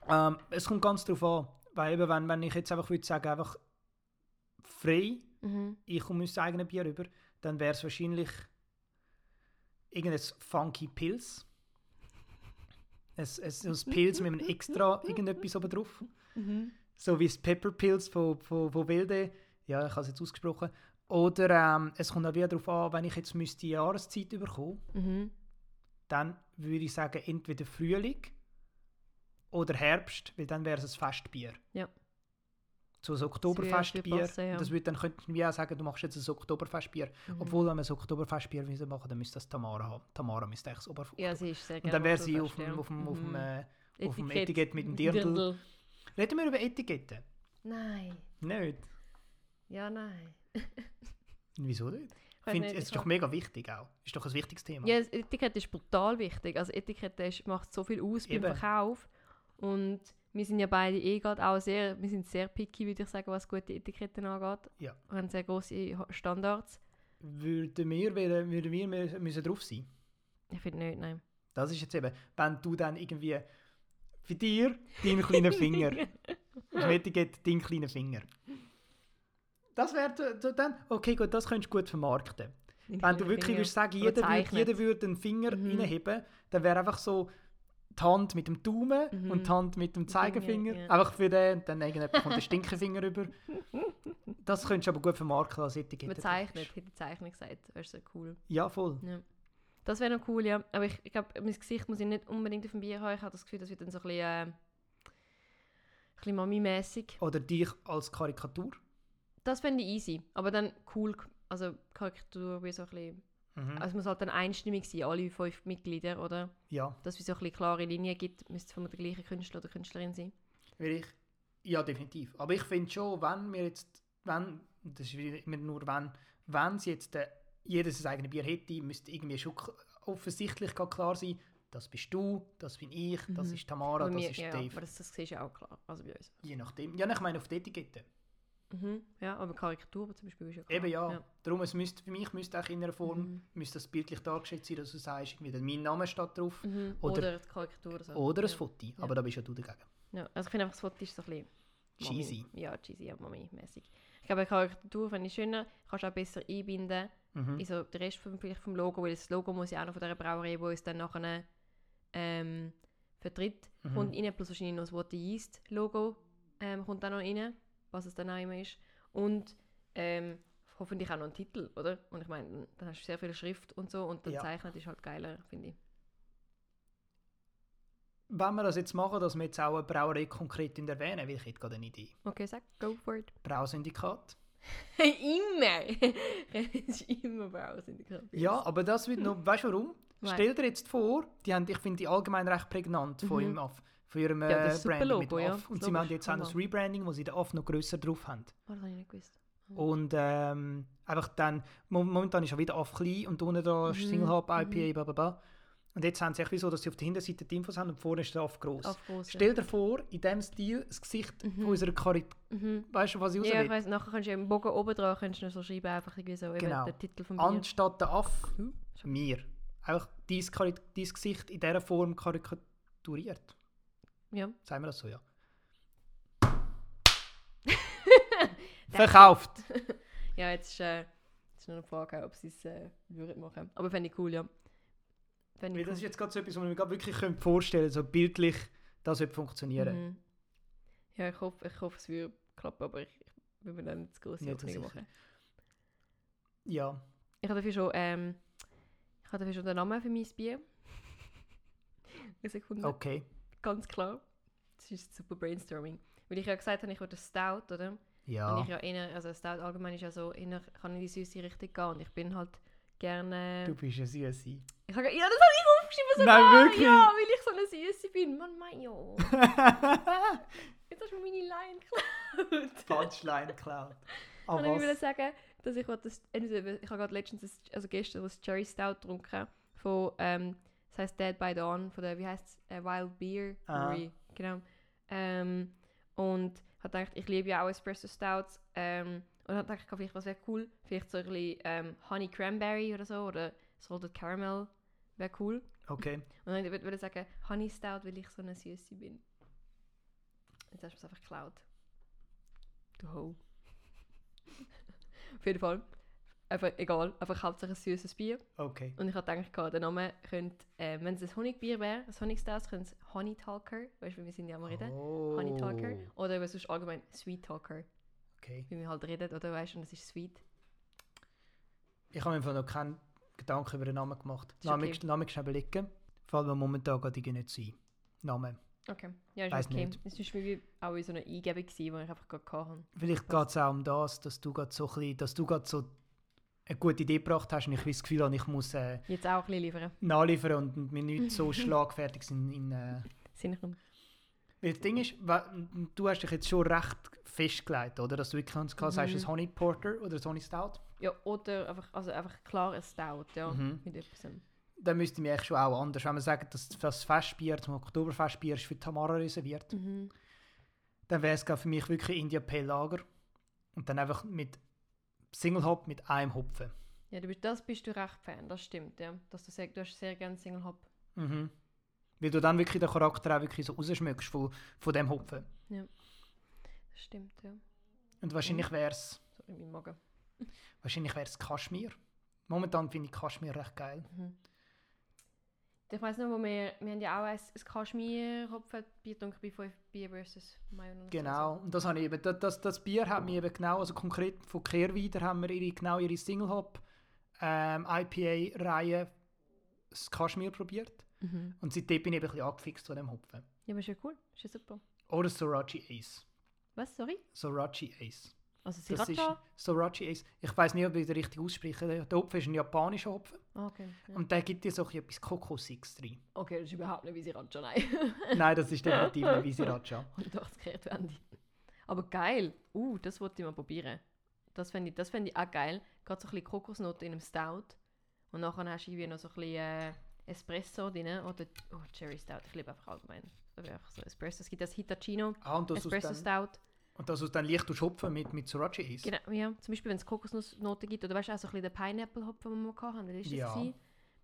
[SPEAKER 3] Ähm, es kommt ganz darauf an, weil eben, wenn, wenn ich jetzt einfach würde sagen, einfach frei,
[SPEAKER 2] Mhm.
[SPEAKER 3] ich komme mein eigenes Bier über, dann wäre es wahrscheinlich irgendein funky Pilz. Ein, ein, ein Pilz mit einem extra irgendetwas oben drauf.
[SPEAKER 2] Mhm.
[SPEAKER 3] So wie das Pepper Pills von, von, von Wilde. Ja, ich habe es jetzt ausgesprochen. Oder ähm, es kommt auch wieder darauf an, wenn ich jetzt müsste die Jahreszeit bekommen
[SPEAKER 2] Mhm.
[SPEAKER 3] dann würde ich sagen, entweder Frühling oder Herbst, weil dann wäre es ein Festbier.
[SPEAKER 2] Ja.
[SPEAKER 3] So ein Oktoberfestbier.
[SPEAKER 2] würde passen, ja.
[SPEAKER 3] Und Das würde, dann könnten wir auch sagen, du machst jetzt ein Oktoberfestbier.
[SPEAKER 2] Mhm.
[SPEAKER 3] Obwohl, wenn wir ein Oktoberfestbier müssen machen dann müsste das Tamara haben. Tamara müsste eigentlich das Oberfest.
[SPEAKER 2] Ja, sie ist sehr
[SPEAKER 3] Und
[SPEAKER 2] gerne
[SPEAKER 3] dann wäre sie auf
[SPEAKER 2] Oktoberfest,
[SPEAKER 3] dem,
[SPEAKER 2] ja.
[SPEAKER 3] auf, dem, auf, dem,
[SPEAKER 2] Mhm.
[SPEAKER 3] äh, auf dem Etikett mit dem Dirndl. Reden wir über Etiketten?
[SPEAKER 2] Nein.
[SPEAKER 3] Nicht.
[SPEAKER 2] Ja, nein.
[SPEAKER 3] Wieso nicht?
[SPEAKER 2] Ich
[SPEAKER 3] Ich
[SPEAKER 2] weiß
[SPEAKER 3] finde,
[SPEAKER 2] nicht,
[SPEAKER 3] es
[SPEAKER 2] ich
[SPEAKER 3] ist doch
[SPEAKER 2] hab-
[SPEAKER 3] mega wichtig auch. Ist doch ein wichtiges Thema.
[SPEAKER 2] Ja, das Etikett ist brutal wichtig. Also Etikette ist, macht so viel aus
[SPEAKER 3] Eben.
[SPEAKER 2] beim Verkauf. Und wir sind ja beide eh gerade auch sehr, wir sind sehr picky, würde ich sagen, was gute Etiketten angeht.
[SPEAKER 3] Ja.
[SPEAKER 2] Wir haben sehr grosse Ho- Standards.
[SPEAKER 3] Würden wir, wollen- würden wir mü- müssen drauf sein?
[SPEAKER 2] Ich finde nicht, nein.
[SPEAKER 3] Das ist jetzt eben, wenn du dann irgendwie für dir deinen kleinen Finger, das Etikett deinen kleinen Finger. Das wäre dann, okay gut, das könntest du gut vermarkten. Wenn du wirklich würdest sagen,
[SPEAKER 2] Oder
[SPEAKER 3] jeder würde,
[SPEAKER 2] zeichnet.
[SPEAKER 3] jeder würde einen Finger
[SPEAKER 2] Mhm.
[SPEAKER 3] reinheben, dann wäre einfach so die Hand mit dem Daumen
[SPEAKER 2] Mhm.
[SPEAKER 3] und die Hand mit dem Zeigefinger,
[SPEAKER 2] ja.
[SPEAKER 3] einfach für den, und dann irgendjemand kommt der Stinkefinger rüber. Das könntest du aber gut vermarkten als Etikett.
[SPEAKER 2] Man zeichnet, hätte ich Zeichnen gesagt. Das ist so cool.
[SPEAKER 3] Ja, voll.
[SPEAKER 2] Das wäre noch cool, ja. Aber ich, ich glaube, mein Gesicht muss ich nicht unbedingt auf dem Bier haben. Ich habe das Gefühl, das wird dann so ein bisschen, äh, ein bisschen Mami-mässig.
[SPEAKER 3] Oder dich als Karikatur.
[SPEAKER 2] Das fände ich easy. Aber dann cool, also Karikatur wie so ein bisschen...
[SPEAKER 3] Mhm.
[SPEAKER 2] Also es muss halt dann einstimmig sein, alle fünf Mitglieder, oder?
[SPEAKER 3] Ja.
[SPEAKER 2] Dass es so ein bisschen klare Linien gibt, müsste es von der gleichen Künstler oder Künstlerin sein.
[SPEAKER 3] Will ich? Ja, definitiv. Aber ich finde schon, wenn wir jetzt, wenn, das ist wieder immer nur wenn, wenn es jetzt äh, jedes sein eigenes Bier hätte, müsste irgendwie schon k- offensichtlich gerade klar sein, das bist du, das bin ich, das
[SPEAKER 2] Mhm.
[SPEAKER 3] ist Tamara,
[SPEAKER 2] Bei
[SPEAKER 3] Ah, das
[SPEAKER 2] mir-
[SPEAKER 3] ist
[SPEAKER 2] ja,
[SPEAKER 3] Dave.
[SPEAKER 2] aber das, das siehst du ja auch klar, also bei uns.
[SPEAKER 3] Je nachdem. Ja, nein, ich meine auf die Etikette.
[SPEAKER 2] Mhm. Ja, aber Karikatur zum Beispiel ist ja Mhm. klar.
[SPEAKER 3] Eben ja. Darum, es müsste, für mich müsste auch in einer Form, müsste das bildlich dargestellt sein, dass du sagst, irgendwie dann mein Name steht drauf.
[SPEAKER 2] Mhm.
[SPEAKER 3] Oder-
[SPEAKER 2] Oder, die Karikatur oder so.
[SPEAKER 3] Oder ein
[SPEAKER 2] Mhm. ja.
[SPEAKER 3] Foto. Aber da bist ja du dagegen.
[SPEAKER 2] Ja, also ich finde einfach, das Foto ist so ein bisschen... Mami.
[SPEAKER 3] Cheesy.
[SPEAKER 2] Ja, cheesy, ja, Mami-mässig. Ich glaube, eine Karikatur finde ich schöner, kannst du auch besser einbinden
[SPEAKER 3] Mhm.
[SPEAKER 2] in so den Rest vom, vielleicht vom Logo, weil das Logo muss ja auch noch von dieser Brauerei, die uns dann nachher ähm, vertritt,
[SPEAKER 3] Mhm.
[SPEAKER 2] kommt rein, plus wahrscheinlich noch das What the Yeast Logo ähm, kommt dann noch rein, was es dann auch immer ist. Und ähm, hoffentlich auch noch ein Titel, oder? Und ich meine, dann hast du sehr viel Schrift und so und dann
[SPEAKER 3] Ja.
[SPEAKER 2] zeichnet ist halt geiler, finde ich.
[SPEAKER 3] Wenn wir das jetzt machen, dass wir jetzt auch eine Brauerei konkret erwähnen, weil ich hätte gerade eine Idee.
[SPEAKER 2] Okay, sag, go for it.
[SPEAKER 3] Brausyndikat.
[SPEAKER 2] immer! es ist immer Brauer-Syndikat.
[SPEAKER 3] Ja, aber das wird noch, weißt du warum?
[SPEAKER 2] Nein.
[SPEAKER 3] Stell dir jetzt vor, die haben, ich finde die allgemein recht prägnant von
[SPEAKER 2] Mhm.
[SPEAKER 3] ihrem Aff, von ihrem
[SPEAKER 2] Ja, das
[SPEAKER 3] äh,
[SPEAKER 2] ist super
[SPEAKER 3] Branding mit
[SPEAKER 2] Logo,
[SPEAKER 3] dem
[SPEAKER 2] ja.
[SPEAKER 3] Aff. Und
[SPEAKER 2] Das
[SPEAKER 3] sie
[SPEAKER 2] Logo
[SPEAKER 3] machen
[SPEAKER 2] ist
[SPEAKER 3] jetzt auch noch das
[SPEAKER 2] Hammer.
[SPEAKER 3] Rebranding, wo sie den Aff noch grösser drauf haben.
[SPEAKER 2] Oh, das habe ich nicht gewusst.
[SPEAKER 3] Und ähm, einfach dann, mo- momentan ist ja wieder Aff klein und unten da ist
[SPEAKER 2] Mhm,
[SPEAKER 3] Single Hub, IPA,
[SPEAKER 2] mhm.
[SPEAKER 3] bla bla bla. Und jetzt haben sie echt wie so, dass sie auf der Hinterseite die Infos haben und vorne ist der Aff gross.
[SPEAKER 2] Auf große.
[SPEAKER 3] Stell dir vor, in diesem Stil das Gesicht
[SPEAKER 2] Mhm.
[SPEAKER 3] von unserer Karikatur,
[SPEAKER 2] Mhm.
[SPEAKER 3] weißt du, was ich
[SPEAKER 2] Ja,
[SPEAKER 3] raus
[SPEAKER 2] ich
[SPEAKER 3] will?
[SPEAKER 2] weiss, nachher kannst du ja im Bogen oben dran kannst du noch so schreiben, einfach irgendwie so
[SPEAKER 3] Genau.
[SPEAKER 2] eben den Titel vom Bier.
[SPEAKER 3] Anstatt der Aff,
[SPEAKER 2] Hm?
[SPEAKER 3] mir. Einfach dein, Kari- dein Gesicht in dieser Form karikaturiert.
[SPEAKER 2] Ja.
[SPEAKER 3] Sagen wir das so, ja. Verkauft!
[SPEAKER 2] ja, jetzt ist, äh, jetzt ist nur eine Frage, ob sie es äh, würden machen. Aber fände ich cool, ja. Fände
[SPEAKER 3] Weil
[SPEAKER 2] ich
[SPEAKER 3] das ist jetzt gerade so etwas, was wir gerade wirklich können vorstellen können, so bildlich, das wird funktionieren.
[SPEAKER 2] Mhm. Ja, ich hoffe, ich hoffe es würde klappen, aber ich, ich will mir dann nicht zu große
[SPEAKER 3] Nicht so
[SPEAKER 2] Hoffnungen
[SPEAKER 3] sicher.
[SPEAKER 2] machen.
[SPEAKER 3] Ja.
[SPEAKER 2] Ich habe dafür schon, ähm, ich habe dafür schon den Namen für mein Bier. Eine Sekunde.
[SPEAKER 3] Okay.
[SPEAKER 2] Ganz klar. Das ist super Brainstorming. Weil ich ja gesagt habe, ich will ein Stout, oder? Und
[SPEAKER 3] Ja.
[SPEAKER 2] ich ja eher, also Stout allgemein ist ja so, eher kann in die süße Richtung gehen. Und ich bin halt gerne...
[SPEAKER 3] Du bist eine Süße.
[SPEAKER 2] Ich habe, ja, das habe ich aufgeschrieben sogar.
[SPEAKER 3] Nein, wirklich?
[SPEAKER 2] Ja, weil ich so eine Süße bin. Mann, mein, ja. Jetzt hast du mir meine Line geklaut.
[SPEAKER 3] Punchline Cloud. Ah,
[SPEAKER 2] Und ich will
[SPEAKER 3] Aber
[SPEAKER 2] sagen, dass ich will das, entweder- ich habe gerade letztens, das, also gestern, das Cherry Stout getrunken von, ähm, das heißt Dead by Dawn, von der, wie heißt es, äh, Wild Beer
[SPEAKER 3] Ah.
[SPEAKER 2] Brewery, genau. Ähm, und habe gedacht, ich liebe ja auch Espresso Stouts ähm, und habe gedacht, vielleicht was wäre cool, vielleicht so ein bisschen ähm, Honey Cranberry oder so oder Salted Caramel wäre cool.
[SPEAKER 3] okay.
[SPEAKER 2] Und dann würde ich sagen, Honey Stout, weil ich so eine Süße bin. Jetzt hast du es einfach geklaut. Du Ho. Auf jeden Fall. Einfach egal, einfach hauptsächlich ein süßes Bier.
[SPEAKER 3] Okay.
[SPEAKER 2] Und ich habe gedacht, der Name könnte, äh, wenn es ein Honigbier wäre, ein Honig Stout, könnte es Honey Talker, weißt du, wie wir sind ja am Reden.
[SPEAKER 3] Oh.
[SPEAKER 2] Honey Talker. Oder eben sonst allgemein Sweet Talker,
[SPEAKER 3] Okay.
[SPEAKER 2] wie wir halt reden, oder weißt du, und es ist sweet.
[SPEAKER 3] Ich habe mir im Fall noch keinen Gedanken über den Namen gemacht.
[SPEAKER 2] Ist
[SPEAKER 3] Name
[SPEAKER 2] okay.
[SPEAKER 3] ist Name ist überlegen. Vor allem momentan geht ich nicht sein. Name.
[SPEAKER 2] Okay. Ja, ist
[SPEAKER 3] Weiss
[SPEAKER 2] okay.
[SPEAKER 3] nicht.
[SPEAKER 2] Es war wie auch in so einer Eingebung, gewesen, die ich einfach gerade hatte.
[SPEAKER 3] Vielleicht geht es auch um das, dass du gerade so, ein bisschen- dass du gerade so eine gute Idee gebracht hast und ich wie das Gefühl habe, ich muss äh,
[SPEAKER 2] Jetzt auch ein bisschen liefern.
[SPEAKER 3] nachliefern und mir nicht so schlagfertig sind. In, äh.
[SPEAKER 2] Sinn kommt.
[SPEAKER 3] Weil das Ding ist, wa- du hast dich jetzt schon recht festgelegt, oder? Dass du wirklich kannst, kannst,
[SPEAKER 2] Mhm.
[SPEAKER 3] sagst, ein Honey Porter oder ein Honey Stout.
[SPEAKER 2] Ja, oder einfach, also einfach klar ein Stout, ja,
[SPEAKER 3] Mhm.
[SPEAKER 2] mit etwas.
[SPEAKER 3] Dann müsste man eigentlich schon auch anders, wenn man sagt, dass das Festbier, das Oktoberfestbier ist für Tamara reserviert.
[SPEAKER 2] Mhm.
[SPEAKER 3] dann wäre es für mich wirklich India Pale Lager. Und dann einfach mit Single Hop mit einem Hopfen.
[SPEAKER 2] Ja, du bist, das bist du recht Fan, das stimmt, ja. Dass du sagst, du hast sehr gerne Single Hop.
[SPEAKER 3] Mhm. Weil du dann wirklich den Charakter auch wirklich so rausschmückst von, von dem Hopfen.
[SPEAKER 2] Das stimmt, ja.
[SPEAKER 3] Und wahrscheinlich wäre es
[SPEAKER 2] Sorry, mein Magen.
[SPEAKER 3] wahrscheinlich wär's Kaschmir. Momentan finde ich Kaschmir recht geil.
[SPEAKER 2] Mhm. Ich weiss noch, wo wir, wir haben ja auch ein, ein Kaschmir-Hopfenbier getrunken bei 5 Bier versus Mayonnaise.
[SPEAKER 3] Genau. Und das, habe ich eben, das, das, das Bier hat mir eben genau, also konkret von Kehrwieder haben wir ihre, genau ihre Single Hop ähm, IPA-Reihe das Kaschmir probiert.
[SPEAKER 2] Mhm.
[SPEAKER 3] Und seitdem bin ich eben ein bisschen angefixt von dem Hopfen.
[SPEAKER 2] Ja, aber ist ja cool, ist ja super.
[SPEAKER 3] Oder Sorachi Ace.
[SPEAKER 2] Was, sorry?
[SPEAKER 3] Sorachi Ace.
[SPEAKER 2] Also
[SPEAKER 3] Das ist
[SPEAKER 2] Sriracha?
[SPEAKER 3] Sorachi Ace. Ich weiß nicht, ob ich den richtig ausspreche. Der Hopfen ist ein japanischer Hopfen.
[SPEAKER 2] Ah, okay. Ja.
[SPEAKER 3] Und der gibt dir so ein bisschen etwas Kokosiges rein.
[SPEAKER 2] Okay, das ist überhaupt nicht wie Sriracha, nein.
[SPEAKER 3] Nein, das ist definitiv nicht wie Sriracha.
[SPEAKER 2] Und doch, das gehört Wendy. Aber geil. Uh, das wollte ich mal probieren. Das fände ich, das fänd ich auch geil. Gerade so ein bisschen Kokosnote in einem Stout. Und nachher hast du irgendwie noch so ein bisschen äh, Espresso drin. Oder oh, Cherry Stout. Ich liebe einfach allgemein. Einfach so Espresso. Es gibt das Hitachino.
[SPEAKER 3] Ah, und das
[SPEAKER 2] Espresso
[SPEAKER 3] aus dann,
[SPEAKER 2] Stout.
[SPEAKER 3] und das aus dann leicht aus Hopfen mit, mit Sorachi Ace.
[SPEAKER 2] Genau, ja. Zum Beispiel, wenn es Kokosnussnoten gibt. Oder weißt du auch so ein bisschen den Pineapple-Hopfen, den wir mal hatten. Weil ist das
[SPEAKER 3] Ja.
[SPEAKER 2] gewesen?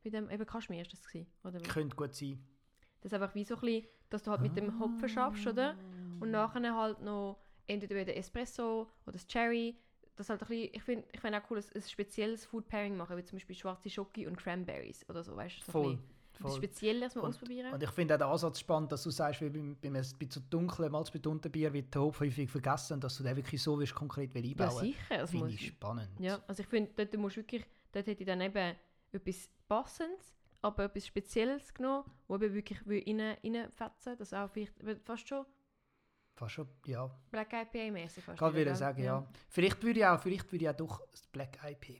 [SPEAKER 2] Bei dem, eben Kaschmir ist das gewesen. Oder?
[SPEAKER 3] Könnte gut sein.
[SPEAKER 2] Das ist einfach wie so ein bisschen, dass du halt mit dem Hopfen schaffst, oder? Und nachher halt noch entweder wieder Espresso oder das Cherry. Das halt ein bisschen, ich finde ich find auch cool, ein, ein spezielles Food Pairing machen, wie zum Beispiel schwarze Schoki und Cranberries oder so, weißt du? So
[SPEAKER 3] Voll.
[SPEAKER 2] Ein bisschen etwas
[SPEAKER 3] voll.
[SPEAKER 2] Spezielles mal ausprobieren.
[SPEAKER 3] Und ich finde auch den Ansatz spannend, dass du sagst, wie beim, beim, bei so dunklem, malzbetonten Bier wird der Hopfen häufig vergessen, dass du den wirklich so willst, konkret will
[SPEAKER 2] ja,
[SPEAKER 3] einbauen
[SPEAKER 2] sicher. Das
[SPEAKER 3] Finde
[SPEAKER 2] muss,
[SPEAKER 3] ich spannend.
[SPEAKER 2] ja, also ich finde, dort musst du wirklich, dort hätte ich dann eben etwas Passendes, aber etwas Spezielles genommen, wo eben wirklich will rein, reinfetzen will. Das auch vielleicht eben fast schon
[SPEAKER 3] Fast schon, ja.
[SPEAKER 2] Black IPA-mäßig.
[SPEAKER 3] Gerade würde ich sagen, ja. Vielleicht würde ich auch, vielleicht würde ich auch doch das Black IP wählen.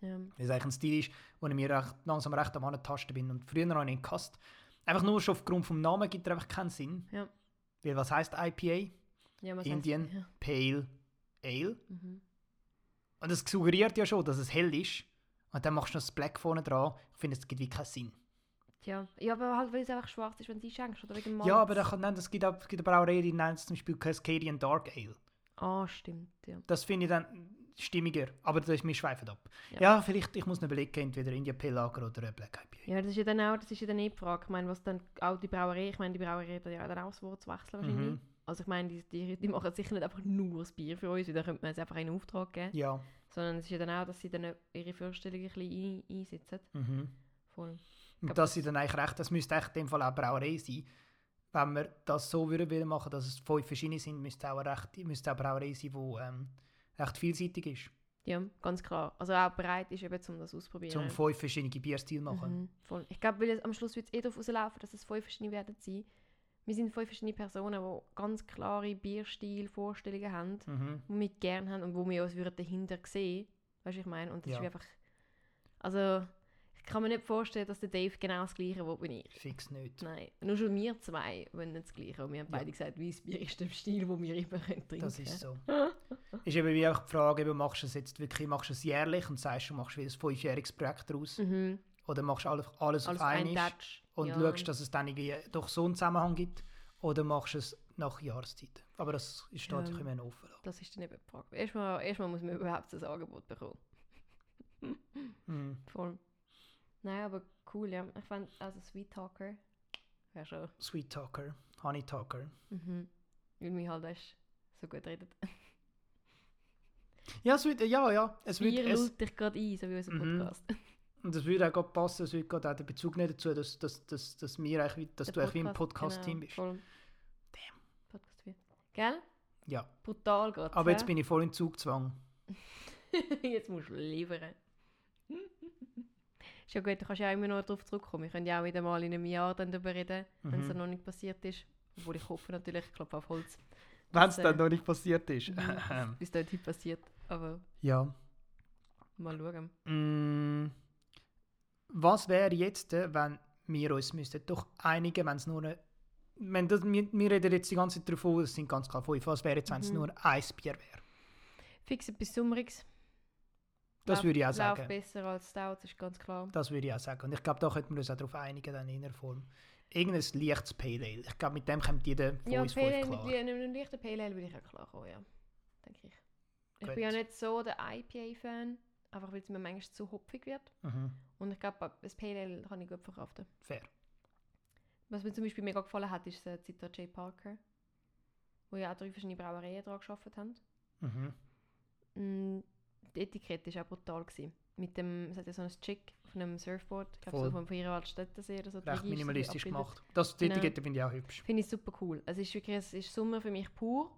[SPEAKER 2] ja.
[SPEAKER 3] Weil es eigentlich ein Stil ist, wo ich mir recht, langsam recht am Antasten bin. Und früher habe ich ihn gehasst. Einfach nur schon aufgrund vom Namen gibt er einfach keinen Sinn.
[SPEAKER 2] Ja.
[SPEAKER 3] Weil was heißt IPA?
[SPEAKER 2] ja was heißt-
[SPEAKER 3] Indien
[SPEAKER 2] Ja.
[SPEAKER 3] Pale Ale.
[SPEAKER 2] Mhm.
[SPEAKER 3] Und das suggeriert ja schon, dass es hell ist. Und dann machst du noch das Black vorne dran. Ich finde, es gibt wie keinen Sinn.
[SPEAKER 2] Tja, ja, aber halt, weil es einfach schwarz ist, wenn du es einschenkst, oder wegen Malz.
[SPEAKER 3] Ja, aber da kann, nein, das gibt, auch, gibt aber auch Rede, die nennen es zum Beispiel Cascadian Dark Ale.
[SPEAKER 2] Ah, stimmt, ja.
[SPEAKER 3] Das finde ich dann stimmiger. Aber das, wir schweifen ab.
[SPEAKER 2] Ja.
[SPEAKER 3] Ja, vielleicht, ich muss noch überlegen, entweder India Pale Lager oder äh, Black IPA.
[SPEAKER 2] Ja, das ist ja dann auch, das ist ja dann eh die Frage, ich meine, was dann auch die Brauerei, ich meine, die Brauerei hat ja dann auch das Wort zu wechseln wahrscheinlich.
[SPEAKER 3] Mhm.
[SPEAKER 2] Also ich meine, die, die, die machen sicher nicht einfach nur das Bier für uns, weil dann könnte man es einfach einen Auftrag geben,
[SPEAKER 3] Ja.
[SPEAKER 2] sondern es ist ja dann auch, dass sie dann e-, ihre Vorstellungen ein bisschen ein, einsetzen.
[SPEAKER 3] Mhm.
[SPEAKER 2] Voll.
[SPEAKER 3] Und
[SPEAKER 2] Glaub,
[SPEAKER 3] das sind dann eigentlich recht, das müsste echt in dem Fall auch Brauerei sein. Wenn wir das so würden wollen machen, dass es fünf verschiedene sind, müsste auch eine recht, müsste auch Brauerei sein, die ähm, recht vielseitig ist.
[SPEAKER 2] Ja, ganz klar. Also auch bereit ist, eben, um das auszuprobieren.
[SPEAKER 3] zum fünf verschiedene Bierstil machen.
[SPEAKER 2] Mhm, voll. Ich glaube, weil es am Schluss wird es eh darauf rauslaufen, dass es fünf verschiedene werden sein. Wir sind fünf verschiedene Personen, die ganz klare Bierstil, Vorstellungen haben,
[SPEAKER 3] Mhm.
[SPEAKER 2] die wir gerne haben und wo wir uns würden dahinter sehen Weißt du, ich meine? Und das
[SPEAKER 3] Ja.
[SPEAKER 2] ist einfach... Also, ich kann mir nicht vorstellen, dass der Dave genau das Gleiche will wie ich.
[SPEAKER 3] Fix nicht.
[SPEAKER 2] Nein, nur schon wir zwei wollen nicht das Gleiche. Und wir haben
[SPEAKER 3] Ja.
[SPEAKER 2] beide gesagt, Weissbier ist der Stil, den wir immer können trinken
[SPEAKER 3] Das ist so. ist eben wie auch die Frage, eben, machst du es jetzt wirklich, machst du es jährlich und sagst, du machst wieder ein fünfjähriges Projekt daraus
[SPEAKER 2] Mhm.
[SPEAKER 3] oder machst alles, alles auf
[SPEAKER 2] Alles auf einen
[SPEAKER 3] einmal
[SPEAKER 2] Touch.
[SPEAKER 3] und
[SPEAKER 2] ja.
[SPEAKER 3] schaust, dass es dann irgendwie doch so einen Zusammenhang gibt oder machst du es nach Jahreszeit. Aber das ist natürlich
[SPEAKER 2] Ja.
[SPEAKER 3] immer noch offen.
[SPEAKER 2] Das ist dann eben die Frage. Erstmal, erstmal muss man überhaupt das Angebot bekommen.
[SPEAKER 3] Mhm.
[SPEAKER 2] Voll. Nein, aber cool, ja. Ich fand, also Sweet Talker wäre schon.
[SPEAKER 3] Sweet Talker, Honey Talker.
[SPEAKER 2] Mhm. Weil mich halt weißt, so gut redet.
[SPEAKER 3] Ja, es würde, ja, ja. Es würde,
[SPEAKER 2] Bier
[SPEAKER 3] es,
[SPEAKER 2] lullt dich gerade ein, so wie unser
[SPEAKER 3] Mhm.
[SPEAKER 2] Podcast.
[SPEAKER 3] und es würde auch gerade passen, es würde gerade auch den Bezug nehmen dazu, dass, dass, dass, dass, wir eigentlich, wie- dass
[SPEAKER 2] Der
[SPEAKER 3] du eigentlich wie im
[SPEAKER 2] Podcast,
[SPEAKER 3] Podcast-Team
[SPEAKER 2] genau,
[SPEAKER 3] bist.
[SPEAKER 2] Voll. Podcast 4. Gell?
[SPEAKER 3] Ja.
[SPEAKER 2] Brutal gerade.
[SPEAKER 3] Aber jetzt bin ich voll in Zugzwang.
[SPEAKER 2] jetzt musst du liefern. ist ja gut, du kannst ja auch immer noch darauf zurückkommen. Wir können ja auch wieder mal in einem Jahr dann darüber reden, wenn es
[SPEAKER 3] Mhm.
[SPEAKER 2] dann noch nicht passiert ist. Obwohl ich hoffe natürlich, ich klopfe auf Holz,
[SPEAKER 3] Wenn es
[SPEAKER 2] äh,
[SPEAKER 3] dann noch nicht passiert ist.
[SPEAKER 2] Mhm. bis dorthin passiert. Aber
[SPEAKER 3] ja.
[SPEAKER 2] mal schauen.
[SPEAKER 3] Mm, was wäre jetzt, äh, wenn wir uns müssten doch einigen, wenn es nur eine, wenn das, wir, wir reden jetzt die ganze Zeit davon, es sind ganz klar fünf, was wäre jetzt, wenn es
[SPEAKER 2] Mhm.
[SPEAKER 3] nur ein Bier wäre?
[SPEAKER 2] Fix etwas Summeriges.
[SPEAKER 3] Das
[SPEAKER 2] Lauf-
[SPEAKER 3] würde ich auch
[SPEAKER 2] Lauf
[SPEAKER 3] sagen.
[SPEAKER 2] besser als Stout, das ist ganz klar.
[SPEAKER 3] Das würde ich auch sagen. Und ich glaube, da könnten wir uns auch darauf einigen, dann in der Form. Irgendein leichtes Pale Ale. Ich glaube, mit dem kommt jeder von
[SPEAKER 2] ja,
[SPEAKER 3] uns
[SPEAKER 2] Pale
[SPEAKER 3] fünf
[SPEAKER 2] Ale,
[SPEAKER 3] klar.
[SPEAKER 2] mit einem- einem leichten Pale Ale würde ich auch klarkommen, ja. Denke ich. Ich
[SPEAKER 3] Gut.
[SPEAKER 2] bin ja nicht so der IPA-Fan, einfach weil es mir manchmal zu hopfig wird.
[SPEAKER 3] Mhm.
[SPEAKER 2] Und ich glaube, das Pale Ale kann ich gut verkraften.
[SPEAKER 3] Fair.
[SPEAKER 2] Was mir zum Beispiel mega gefallen hat, ist äh, Zita J. Parker, wo ja auch drei verschiedene Brauereien dran gearbeitet haben.
[SPEAKER 3] Mhm.
[SPEAKER 2] Mm, Die Etikette war auch brutal. Gewesen. Mit dem, es hat ja so ein Chick auf einem Surfboard, ich glaube
[SPEAKER 3] Voll.
[SPEAKER 2] so vom Vierwaldstättensee oder so.
[SPEAKER 3] Recht
[SPEAKER 2] die Regie ist so
[SPEAKER 3] minimalistisch
[SPEAKER 2] abgebildet.
[SPEAKER 3] gemacht. Das die
[SPEAKER 2] Genau.
[SPEAKER 3] Etikette finde ich auch hübsch.
[SPEAKER 2] Finde ich super cool. Also, Es ist wirklich, es ist Sommer für mich pur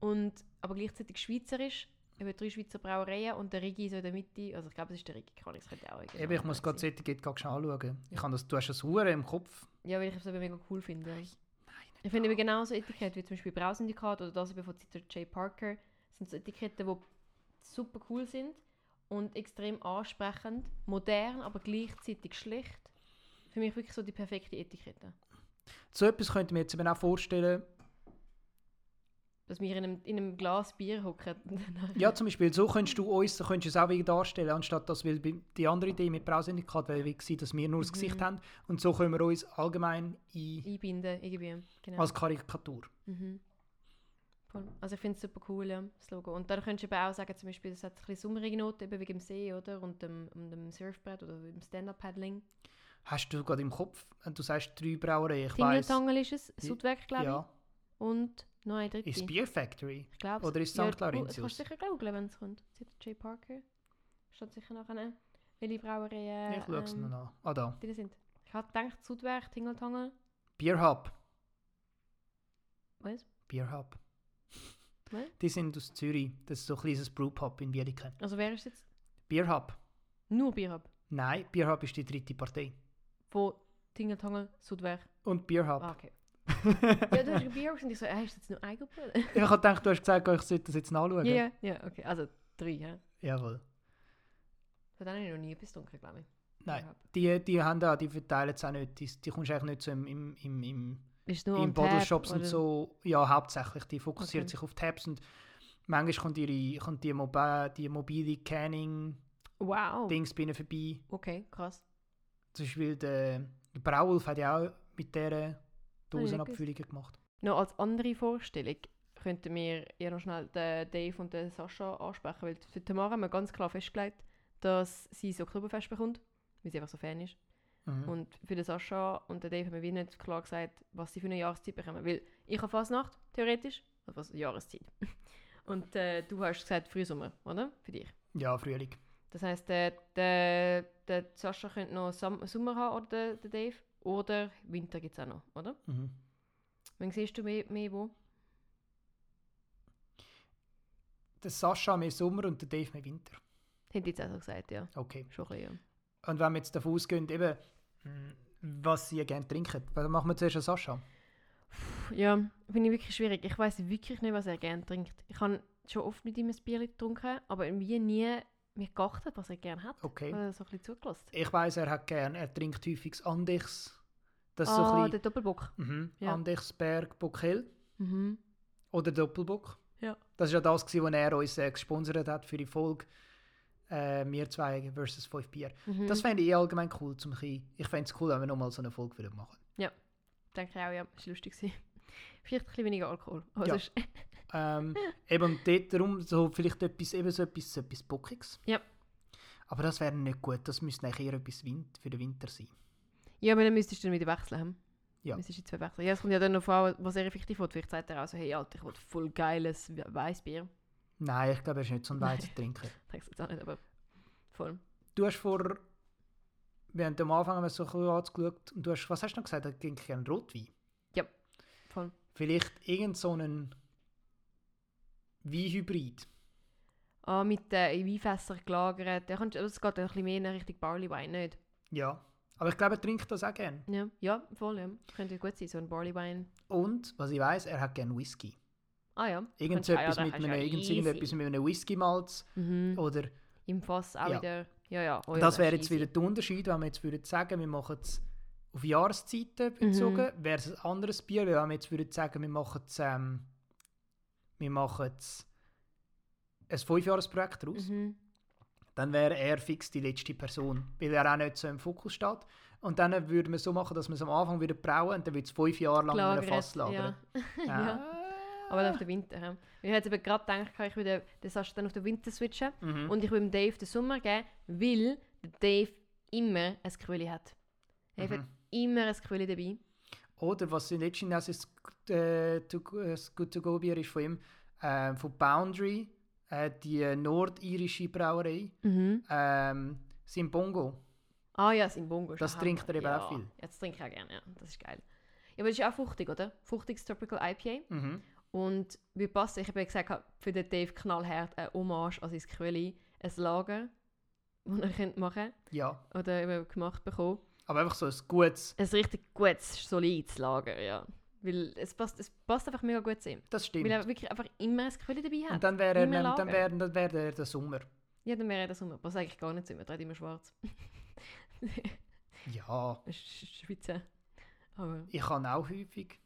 [SPEAKER 2] und aber gleichzeitig schweizerisch. Über drei Schweizer Brauereien und der Rigi so in der Mitte. Also ich glaube, es ist der Rigi, kann ich es könnte auch
[SPEAKER 3] Eben, ich muss gerade das
[SPEAKER 2] sein.
[SPEAKER 3] Etikett gerade schnell anschauen. Ich habe das, du hast das Hure im Kopf.
[SPEAKER 2] Ja, weil ich es eben mega cool finde. ich finde eben genauso Etiketten wie zum Beispiel Brausyndikat oder das eben von Zita J. Parker sind so Etiketten, die super cool sind und extrem ansprechend, modern, aber gleichzeitig schlicht. Für mich wirklich so die perfekte Etikette.
[SPEAKER 3] So etwas könnte ich mir jetzt eben auch vorstellen.
[SPEAKER 2] Dass wir in einem, in einem Glas Bier hocken. und danach-
[SPEAKER 3] Ja, zum Beispiel, so könntest du uns, so könntest du es auch wieder darstellen, anstatt dass, weil bei- die andere Idee mit Brausyndikat wäre, wie gesagt, dass wir nur das
[SPEAKER 2] Mhm.
[SPEAKER 3] Gesicht haben. Und so können wir uns allgemein ein,
[SPEAKER 2] einbinden, irgendwie. Genau.
[SPEAKER 3] als Karikatur.
[SPEAKER 2] Mhm. Voll. Also ich finde es super cool, ja, das Logo. Und dann könntest du eben auch sagen, zum Beispiel, es hat ein bisschen sommerige Noten, eben wegen dem See, oder? Und dem, und dem Surfbrett oder dem Stand-Up-Paddling.
[SPEAKER 3] Hast du gerade im Kopf, wenn du sagst, drei Brauereien, ich weiss.
[SPEAKER 2] Tingeltangel ist es, Südwerk, glaube ich.
[SPEAKER 3] Ja,
[SPEAKER 2] Und noch eine dritte.
[SPEAKER 3] ist Beer Factory.
[SPEAKER 2] Ich glaube
[SPEAKER 3] oder ist St.
[SPEAKER 2] Das kannst
[SPEAKER 3] Laurentius?
[SPEAKER 2] du sicher googeln, wenn es kommt. Sieht J. Parker. Steht sicher nachher. Welche Brauereien
[SPEAKER 3] ich schaue es noch an. Ah, da.
[SPEAKER 2] drin ähm, sind. Ich habe gedacht, Südwerk, Tingeltangel.
[SPEAKER 3] Beer Hub.
[SPEAKER 2] Was?
[SPEAKER 3] Beer Hub.
[SPEAKER 2] Was?
[SPEAKER 3] Die sind aus Zürich. Das ist so ein kleines Brewpub in Wiedeke.
[SPEAKER 2] Also wer ist jetzt?
[SPEAKER 3] Beer Hub.
[SPEAKER 2] Nur Bierhub.
[SPEAKER 3] Nein, Beer Hub ist die dritte Partei.
[SPEAKER 2] Von Tingeltangel, Südwerk.
[SPEAKER 3] Und Beer Hub.
[SPEAKER 2] Ah, okay. Ja, du hast gebiert und ich so, äh, ist jetzt nur eine Gruppe?
[SPEAKER 3] Ich habe gedacht, du hast gesagt, ich sollte das jetzt
[SPEAKER 2] Ja,
[SPEAKER 3] anschauen.
[SPEAKER 2] ja, ja, okay. Also drei, ja.
[SPEAKER 3] Jawohl.
[SPEAKER 2] Von denen habe ich noch nie etwas dunkel, glaube ich.
[SPEAKER 3] Nein.
[SPEAKER 2] Überhaupt.
[SPEAKER 3] Die, die haben da, die verteilen es auch nicht. Die, die kommst du eigentlich nicht so im, im, im, im,
[SPEAKER 2] Ist nur
[SPEAKER 3] im
[SPEAKER 2] on tap,
[SPEAKER 3] Bottleshops und
[SPEAKER 2] oder-
[SPEAKER 3] so. Ja, hauptsächlich. Die fokussiert
[SPEAKER 2] Okay.
[SPEAKER 3] sich auf Tabs und manchmal kommt, ihre, kommt die, Mobi die mobile Canning-Dings
[SPEAKER 2] Wow.
[SPEAKER 3] bei ihnen vorbei.
[SPEAKER 2] Okay, krass.
[SPEAKER 3] Zum Beispiel der, der Braulf hat ja auch mit dieser Dosenabfüllungen gemacht.
[SPEAKER 2] Noch als andere Vorstellung könnten wir ja noch schnell den Dave und den Sascha ansprechen, weil für Tamara haben wir ganz klar festgelegt, dass sie das Oktoberfest bekommt, weil sie einfach so Fan ist.
[SPEAKER 3] Mhm.
[SPEAKER 2] Und für den Sascha und den Dave haben wir wie nicht klar gesagt, was sie für eine Jahreszeit bekommen. Weil ich habe Fasnacht, theoretisch, also was Jahreszeit. Und äh, du hast gesagt Frühsommer, oder? Für dich.
[SPEAKER 3] Ja, Frühling.
[SPEAKER 2] Das heisst, der, der, der Sascha könnte noch Sam Sommer haben oder der, der Dave. Oder Winter gibt es auch noch, oder?
[SPEAKER 3] Mhm.
[SPEAKER 2] Wann siehst du mehr, mehr wo?
[SPEAKER 3] Der Sascha mehr Sommer und der Dave mehr Winter.
[SPEAKER 2] Hätte ich jetzt auch so gesagt, ja.
[SPEAKER 3] Okay.
[SPEAKER 2] Schon ein bisschen, ja.
[SPEAKER 3] Und wenn wir jetzt davon ausgehen, eben, mh, was sie gerne trinken, dann machen wir zuerst einen Sascha.
[SPEAKER 2] Puh, Ja, finde ich wirklich schwierig. Ich weiß wirklich nicht, was er gerne trinkt. Ich habe schon oft mit ihm ein Bier getrunken, aber irgendwie nie mir geachtet, was er gerne hat.
[SPEAKER 3] Okay.
[SPEAKER 2] Oder so ein bisschen zugelassen.
[SPEAKER 3] Ich weiß, er hat gern, er trinkt häufig das Andichs. Das ist so
[SPEAKER 2] ah,
[SPEAKER 3] ein
[SPEAKER 2] der Doppelbock.
[SPEAKER 3] bisschen, mhm,
[SPEAKER 2] ja.
[SPEAKER 3] Andichsberg, Bockel
[SPEAKER 2] Mhm.
[SPEAKER 3] oder Doppelbock.
[SPEAKER 2] Ja.
[SPEAKER 3] Das ist ja das, gewesen, was er uns äh, gesponsert hat für die Folge äh, «Wir zwei versus fünf Bier».
[SPEAKER 2] Mhm.
[SPEAKER 3] Das fände ich eh allgemein cool. Zum ein bisschen- ich fände es cool, wenn wir nochmal so eine Folge würden machen
[SPEAKER 2] denke ich auch, ja. Ist lustig gewesen. Vielleicht ein bisschen weniger Alkohol. Aber
[SPEAKER 3] Ja.
[SPEAKER 2] sonst-
[SPEAKER 3] Ähm, eben dort darum, so vielleicht etwas, eben so etwas, so etwas Bockiges.
[SPEAKER 2] Ja.
[SPEAKER 3] Aber das wäre nicht gut, das müsste eigentlich eher etwas Wind für den Winter sein.
[SPEAKER 2] ja, aber dann müsstest du dann wieder wechseln. hm?
[SPEAKER 3] Ja.
[SPEAKER 2] Müsstest du zwei wechseln. Ja, es kommt ja dann noch vor, was er effektiv will. Vielleicht sagt er auch so, hey Alter, ich will voll geiles We- Weissbier.
[SPEAKER 3] Nein, ich glaube, er ist nicht so ein
[SPEAKER 2] Nein.
[SPEAKER 3] Weizentrinker.
[SPEAKER 2] Denkst du jetzt auch nicht, aber voll.
[SPEAKER 3] Du hast vor... Wir haben am Anfang einmal so ein bisschen angeschaut und du hast, was hast du noch gesagt, er trinkt gerne Rotwein.
[SPEAKER 2] voll.
[SPEAKER 3] Vielleicht irgend so einen Weinhybrid.
[SPEAKER 2] Ah, mit äh, in Weinfässern gelagert. Da kannst, das geht dann ein bisschen mehr in Richtung Barley Wine, nicht?
[SPEAKER 3] Ja. Aber ich glaube, er trinkt das auch gerne.
[SPEAKER 2] Ja, ja voll, ja. Könnte gut sein, so ein Barley Wine.
[SPEAKER 3] Und, was ich weiß, er hat gerne Whisky.
[SPEAKER 2] Ah ja. Könntest- ah, ja,
[SPEAKER 3] Irgendetwas
[SPEAKER 2] dann
[SPEAKER 3] mit
[SPEAKER 2] kannst du
[SPEAKER 3] einem,
[SPEAKER 2] ja
[SPEAKER 3] irgend-
[SPEAKER 2] easy.
[SPEAKER 3] irgendetwas mit einem Whisky-Malz
[SPEAKER 2] Mhm.
[SPEAKER 3] oder
[SPEAKER 2] Im Fass auch
[SPEAKER 3] Ja.
[SPEAKER 2] wieder. Ja, ja. Oh, ja
[SPEAKER 3] das
[SPEAKER 2] ist
[SPEAKER 3] wäre jetzt
[SPEAKER 2] easy.
[SPEAKER 3] wieder der Unterschied, wenn wir jetzt würden sagen, wir machen es auf Jahreszeiten
[SPEAKER 2] Mhm.
[SPEAKER 3] bezogen, wäre es ein anderes Bier, weil wenn wir jetzt würden sagen, wir machen es ähm, wir machen es ein Fünfjahresprojekt daraus,
[SPEAKER 2] Mhm.
[SPEAKER 3] dann wäre er fix die letzte Person, weil er auch nicht so im Fokus steht. Und dann würden wir so machen, dass wir es am Anfang wieder brauen und dann würde es fünf Jahre lang in Ah. einem
[SPEAKER 2] Gelagert,
[SPEAKER 3] Fass
[SPEAKER 2] ja.
[SPEAKER 3] lagern.
[SPEAKER 2] Ja. Aber dann auf den Winter. Ja. Ich hätte eben gerade gedacht, ich würde den Sascha dann auf den Winter switchen
[SPEAKER 3] Mhm.
[SPEAKER 2] und ich würde dem Dave den Sommer geben, weil der Dave immer ein Quilli hat. Er
[SPEAKER 3] Mhm.
[SPEAKER 2] hat immer ein Quilli dabei.
[SPEAKER 3] Oder was in letzten Jahren das äh, to, das Good to Go Bier ist von ihm, äh, von Boundary, äh, die nordirische Brauerei, ähm, Simbongo.
[SPEAKER 2] Ah ja, Simbongo.
[SPEAKER 3] Das trinkt er eben
[SPEAKER 2] ja.
[SPEAKER 3] auch viel.
[SPEAKER 2] Ja, das trinke ich auch gerne, ja. Das ist geil. Ja, aber das ist ja auch fruchtig, oder? Fruchtiges Tropical IPA.
[SPEAKER 3] Mhm.
[SPEAKER 2] Und wie passt Ich habe ja gesagt, für den Dave knallhart eine Hommage an sein Quilli, ein Lager, das er könnte machen
[SPEAKER 3] Ja,
[SPEAKER 2] oder eben gemacht bekommen.
[SPEAKER 3] aber einfach so ein gutes,
[SPEAKER 2] Ein richtig gutes, solides Lager, ja. Weil es passt, es passt einfach mega gut zu ihm.
[SPEAKER 3] das
[SPEAKER 2] Weil
[SPEAKER 3] stimmt.
[SPEAKER 2] er wirklich einfach immer ein Quilli dabei
[SPEAKER 3] Und
[SPEAKER 2] hat.
[SPEAKER 3] dann wäre er,
[SPEAKER 2] Immer
[SPEAKER 3] dann
[SPEAKER 2] Lager.
[SPEAKER 3] wäre, dann wäre er der Sommer.
[SPEAKER 2] ja, dann wäre er das Sommer. Was eigentlich gar nicht Sommer, er hat immer schwarz.
[SPEAKER 3] Ja,
[SPEAKER 2] Sch- Sch- Schweizer. Aber...
[SPEAKER 3] ich kann auch häufig.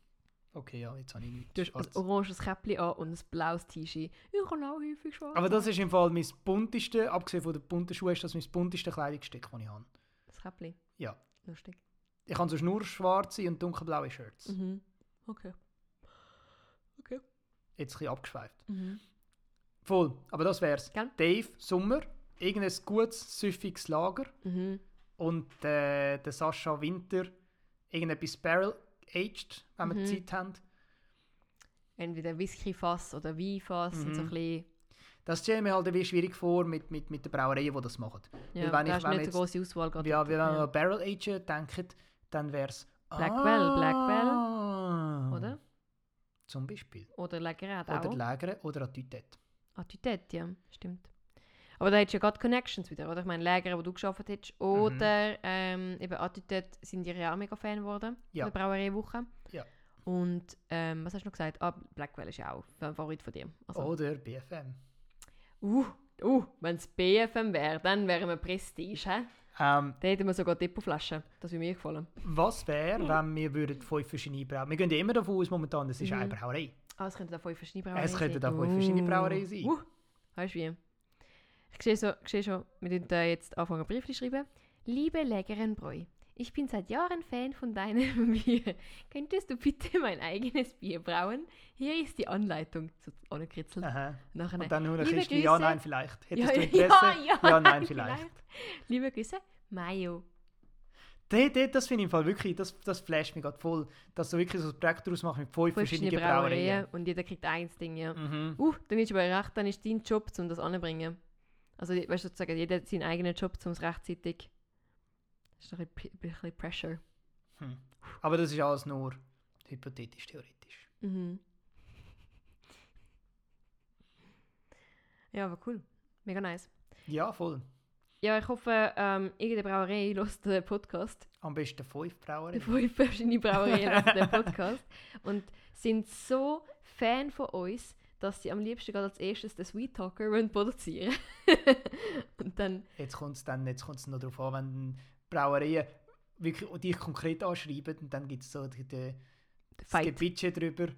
[SPEAKER 3] Okay, ja, jetzt habe ich nichts.
[SPEAKER 2] Du hast ein
[SPEAKER 3] Schwarz.
[SPEAKER 2] oranges Käppli an und ein blaues T-Shirt. Ich kann auch häufig schwarz.
[SPEAKER 3] Aber das ist im Fall mein bunteste, abgesehen von den bunten Schuhen, ist das mein bunteste Kleidungsstück, das ich habe.
[SPEAKER 2] Das Käppli.
[SPEAKER 3] Ja.
[SPEAKER 2] Lustig.
[SPEAKER 3] Ich habe so nur schwarze und dunkelblaue Shirts.
[SPEAKER 2] Mhm. Okay.
[SPEAKER 3] Jetzt ein bisschen abgeschweift.
[SPEAKER 2] Mhm.
[SPEAKER 3] Voll, aber das wär's.
[SPEAKER 2] Gell?
[SPEAKER 3] Dave, Sommer, irgendein gutes, süffiges Lager
[SPEAKER 2] Mhm.
[SPEAKER 3] und äh, der Sascha Winter, irgendetwas Barrel-aged, wenn wir
[SPEAKER 2] Mhm.
[SPEAKER 3] Zeit haben.
[SPEAKER 2] Entweder Whiskyfass oder Weinfass und so ein
[SPEAKER 3] Mhm.
[SPEAKER 2] bisschen.
[SPEAKER 3] Das stelle ich mir halt wie schwierig vor mit, mit, mit den Brauereien, die das machen.
[SPEAKER 2] Ja,
[SPEAKER 3] wenn
[SPEAKER 2] da
[SPEAKER 3] ich-
[SPEAKER 2] hast du
[SPEAKER 3] wenn
[SPEAKER 2] nicht
[SPEAKER 3] jetzt-
[SPEAKER 2] so große Auswahl gerade.
[SPEAKER 3] Ja,
[SPEAKER 2] dort.
[SPEAKER 3] weil wenn wir Barrel-aged denken, dann wär's... ah,
[SPEAKER 2] Blackwell, Blackwell,
[SPEAKER 3] Blackwell.
[SPEAKER 2] Oder?
[SPEAKER 3] Zum Beispiel.
[SPEAKER 2] Oder Lagerät
[SPEAKER 3] Oder
[SPEAKER 2] auch.
[SPEAKER 3] Lägere oder Atütet.
[SPEAKER 2] Ah, Tütet, ja, stimmt. Aber da hättest du ja gerade Connections wieder, oder? Ich meine, Lager, wo du geschafft hättest.
[SPEAKER 3] Mhm.
[SPEAKER 2] Oder ähm, eben Attitude sind die ja auch mega Fan geworden.
[SPEAKER 3] Ja.
[SPEAKER 2] In der Brauereiwoche.
[SPEAKER 3] Ja.
[SPEAKER 2] Und ähm, was hast du noch gesagt? Ah, Blackwell ist ja auch ein Favorit von dir. Also,
[SPEAKER 3] Oder BFM. Oh.
[SPEAKER 2] Uh, uh, wenn es BFM wäre, dann wären wir Prestige. He?
[SPEAKER 3] Ähm,
[SPEAKER 2] Dann hätten wir sogar Depotflaschen. Das würde mir gefallen.
[SPEAKER 3] was wäre, wenn wir würden fünf verschiedene Brauereien... Wir gehen ja immer davon aus momentan, das ist eine Brauerei.
[SPEAKER 2] Ah, es könnten auch fünf verschiedene Brauereien
[SPEAKER 3] Es könnten auch fünf verschiedene Brauereien sein.
[SPEAKER 2] Uh, weißt du wie? Ich sehe, so, ich sehe schon, wir können äh, jetzt anfangen, einen Brief zu schreiben. Liebe Lägerenbräu, ich bin seit Jahren Fan von deinem Bier. Könntest du bitte mein eigenes Bier brauen? Hier ist die Anleitung. So angekritzelt.
[SPEAKER 3] Aha.
[SPEAKER 2] Nachher,
[SPEAKER 3] Und dann nur eine
[SPEAKER 2] Liebe
[SPEAKER 3] Kiste, ja,
[SPEAKER 2] Grüße.
[SPEAKER 3] nein, vielleicht. Hättest
[SPEAKER 2] Ja,
[SPEAKER 3] du
[SPEAKER 2] ja,
[SPEAKER 3] Interesse?
[SPEAKER 2] ja,
[SPEAKER 3] nein,
[SPEAKER 2] nein,
[SPEAKER 3] vielleicht.
[SPEAKER 2] Liebe Grüße, Mayo.
[SPEAKER 3] Das, das, das finde ich im Fall wirklich, das, das flasht mich gerade voll, dass du wirklich so ein Projekt daraus machst mit fünf
[SPEAKER 2] Fünf
[SPEAKER 3] verschiedenen Brauereien.
[SPEAKER 2] und jeder kriegt eins Ding, ja.
[SPEAKER 3] Mhm.
[SPEAKER 2] Uh, dann ist aber recht, dann ist dein Job, um das anzubringen. Also, weißt du, sozusagen, jeder hat seinen eigenen Job, um es rechtzeitig. Das ist doch ein bi- bi- bisschen Pressure.
[SPEAKER 3] Hm. Aber das ist alles nur hypothetisch, theoretisch.
[SPEAKER 2] Mhm. Ja, aber cool. Mega nice.
[SPEAKER 3] Ja, voll.
[SPEAKER 2] Ja, ich hoffe, ähm, irgendeine Brauerei hört den Podcast.
[SPEAKER 3] Am besten fünf Brauer.
[SPEAKER 2] Die fünf verschiedene Brauereien hören den Podcast. Und sind so Fan von uns, dass sie am liebsten gerade als erstes den Sweet Talker wollen produzieren Und dann,
[SPEAKER 3] Jetzt kommt es dann, jetzt kommt's noch darauf an, wenn Brauereien wirklich dich konkret anschreiben und dann gibt es so die, die, das
[SPEAKER 2] Fight,
[SPEAKER 3] Gebitsche drüber.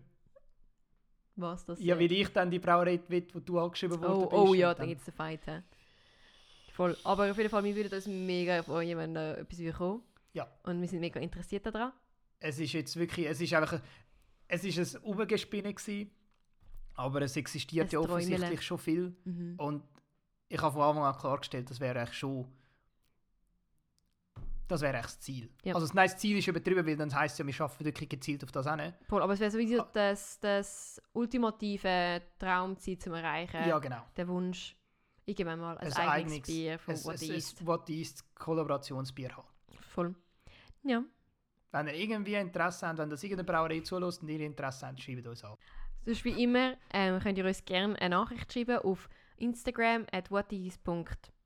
[SPEAKER 2] was das
[SPEAKER 3] Ja,
[SPEAKER 2] äh,
[SPEAKER 3] wie ich dann die Brauerei will, wo du angeschrieben
[SPEAKER 2] Oh,
[SPEAKER 3] worden bist.
[SPEAKER 2] oh
[SPEAKER 3] und
[SPEAKER 2] ja,
[SPEAKER 3] dann
[SPEAKER 2] dann gibt es einen Fight. hä? Voll. Aber auf jeden Fall, wir würden uns mega freuen, wenn äh, etwas würde kommen
[SPEAKER 3] Ja.
[SPEAKER 2] Und wir sind mega interessiert daran.
[SPEAKER 3] Es ist jetzt wirklich, es ist einfach, ein- es ist ein Umgespinnen gewesen, aber es existiert
[SPEAKER 2] Ein
[SPEAKER 3] ja
[SPEAKER 2] Träumele.
[SPEAKER 3] offensichtlich schon viel
[SPEAKER 2] Mhm.
[SPEAKER 3] und ich habe von Anfang an klargestellt, das wäre eigentlich schon, das wäre eigentlich das Ziel.
[SPEAKER 2] Ja.
[SPEAKER 3] Also nein, das Ziel ist übertrieben, weil dann heisst es ja, wir schaffen wirklich gezielt auf das hin.
[SPEAKER 2] Voll. Aber es wäre sowieso
[SPEAKER 3] Ah.
[SPEAKER 2] das, das ultimative Traumziel zum Erreichen.
[SPEAKER 3] Ja, genau.
[SPEAKER 2] Der Wunsch, irgendwann mal ein,
[SPEAKER 3] Ein
[SPEAKER 2] eigenes,
[SPEAKER 3] eigenes-
[SPEAKER 2] Bier von
[SPEAKER 3] Es,
[SPEAKER 2] What
[SPEAKER 3] es,
[SPEAKER 2] the East.
[SPEAKER 3] es, What the East Kollaborationsbier haben.
[SPEAKER 2] Voll. Ja.
[SPEAKER 3] Wenn ihr irgendwie Interesse habt, wenn das irgendeine Brauerei zulässt und ihr Interesse habt, schreibt uns an.
[SPEAKER 2] Sonst wie immer ähm, könnt ihr uns gerne eine Nachricht schreiben auf Instagram at whatis.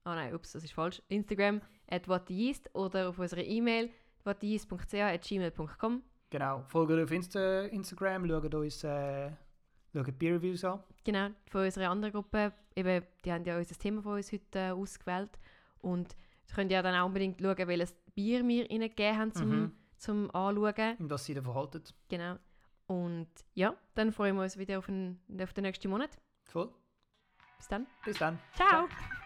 [SPEAKER 2] Ah nein, ups, das ist falsch. Instagram at whatis oder auf unsere E-Mail whatis.ch.gmail.com.
[SPEAKER 3] Genau, folgt uns auf Insta Instagram, schaut uns äh, schaut Peer Reviews an.
[SPEAKER 2] Genau, von unserer anderen Gruppe. Eben, die haben ja unser Thema von uns heute äh, ausgewählt. Und ihr könnt ja dann auch unbedingt schauen, welches Bier wir ihnen gegeben haben zum,
[SPEAKER 3] Mhm.
[SPEAKER 2] zum Anschauen.
[SPEAKER 3] und was sie davon halten.
[SPEAKER 2] Genau. Und ja, dann freuen wir uns wieder auf den, auf den nächsten Monat.
[SPEAKER 3] Voll.
[SPEAKER 2] Bis dann.
[SPEAKER 3] Bis dann.
[SPEAKER 2] Ciao.
[SPEAKER 3] Ciao.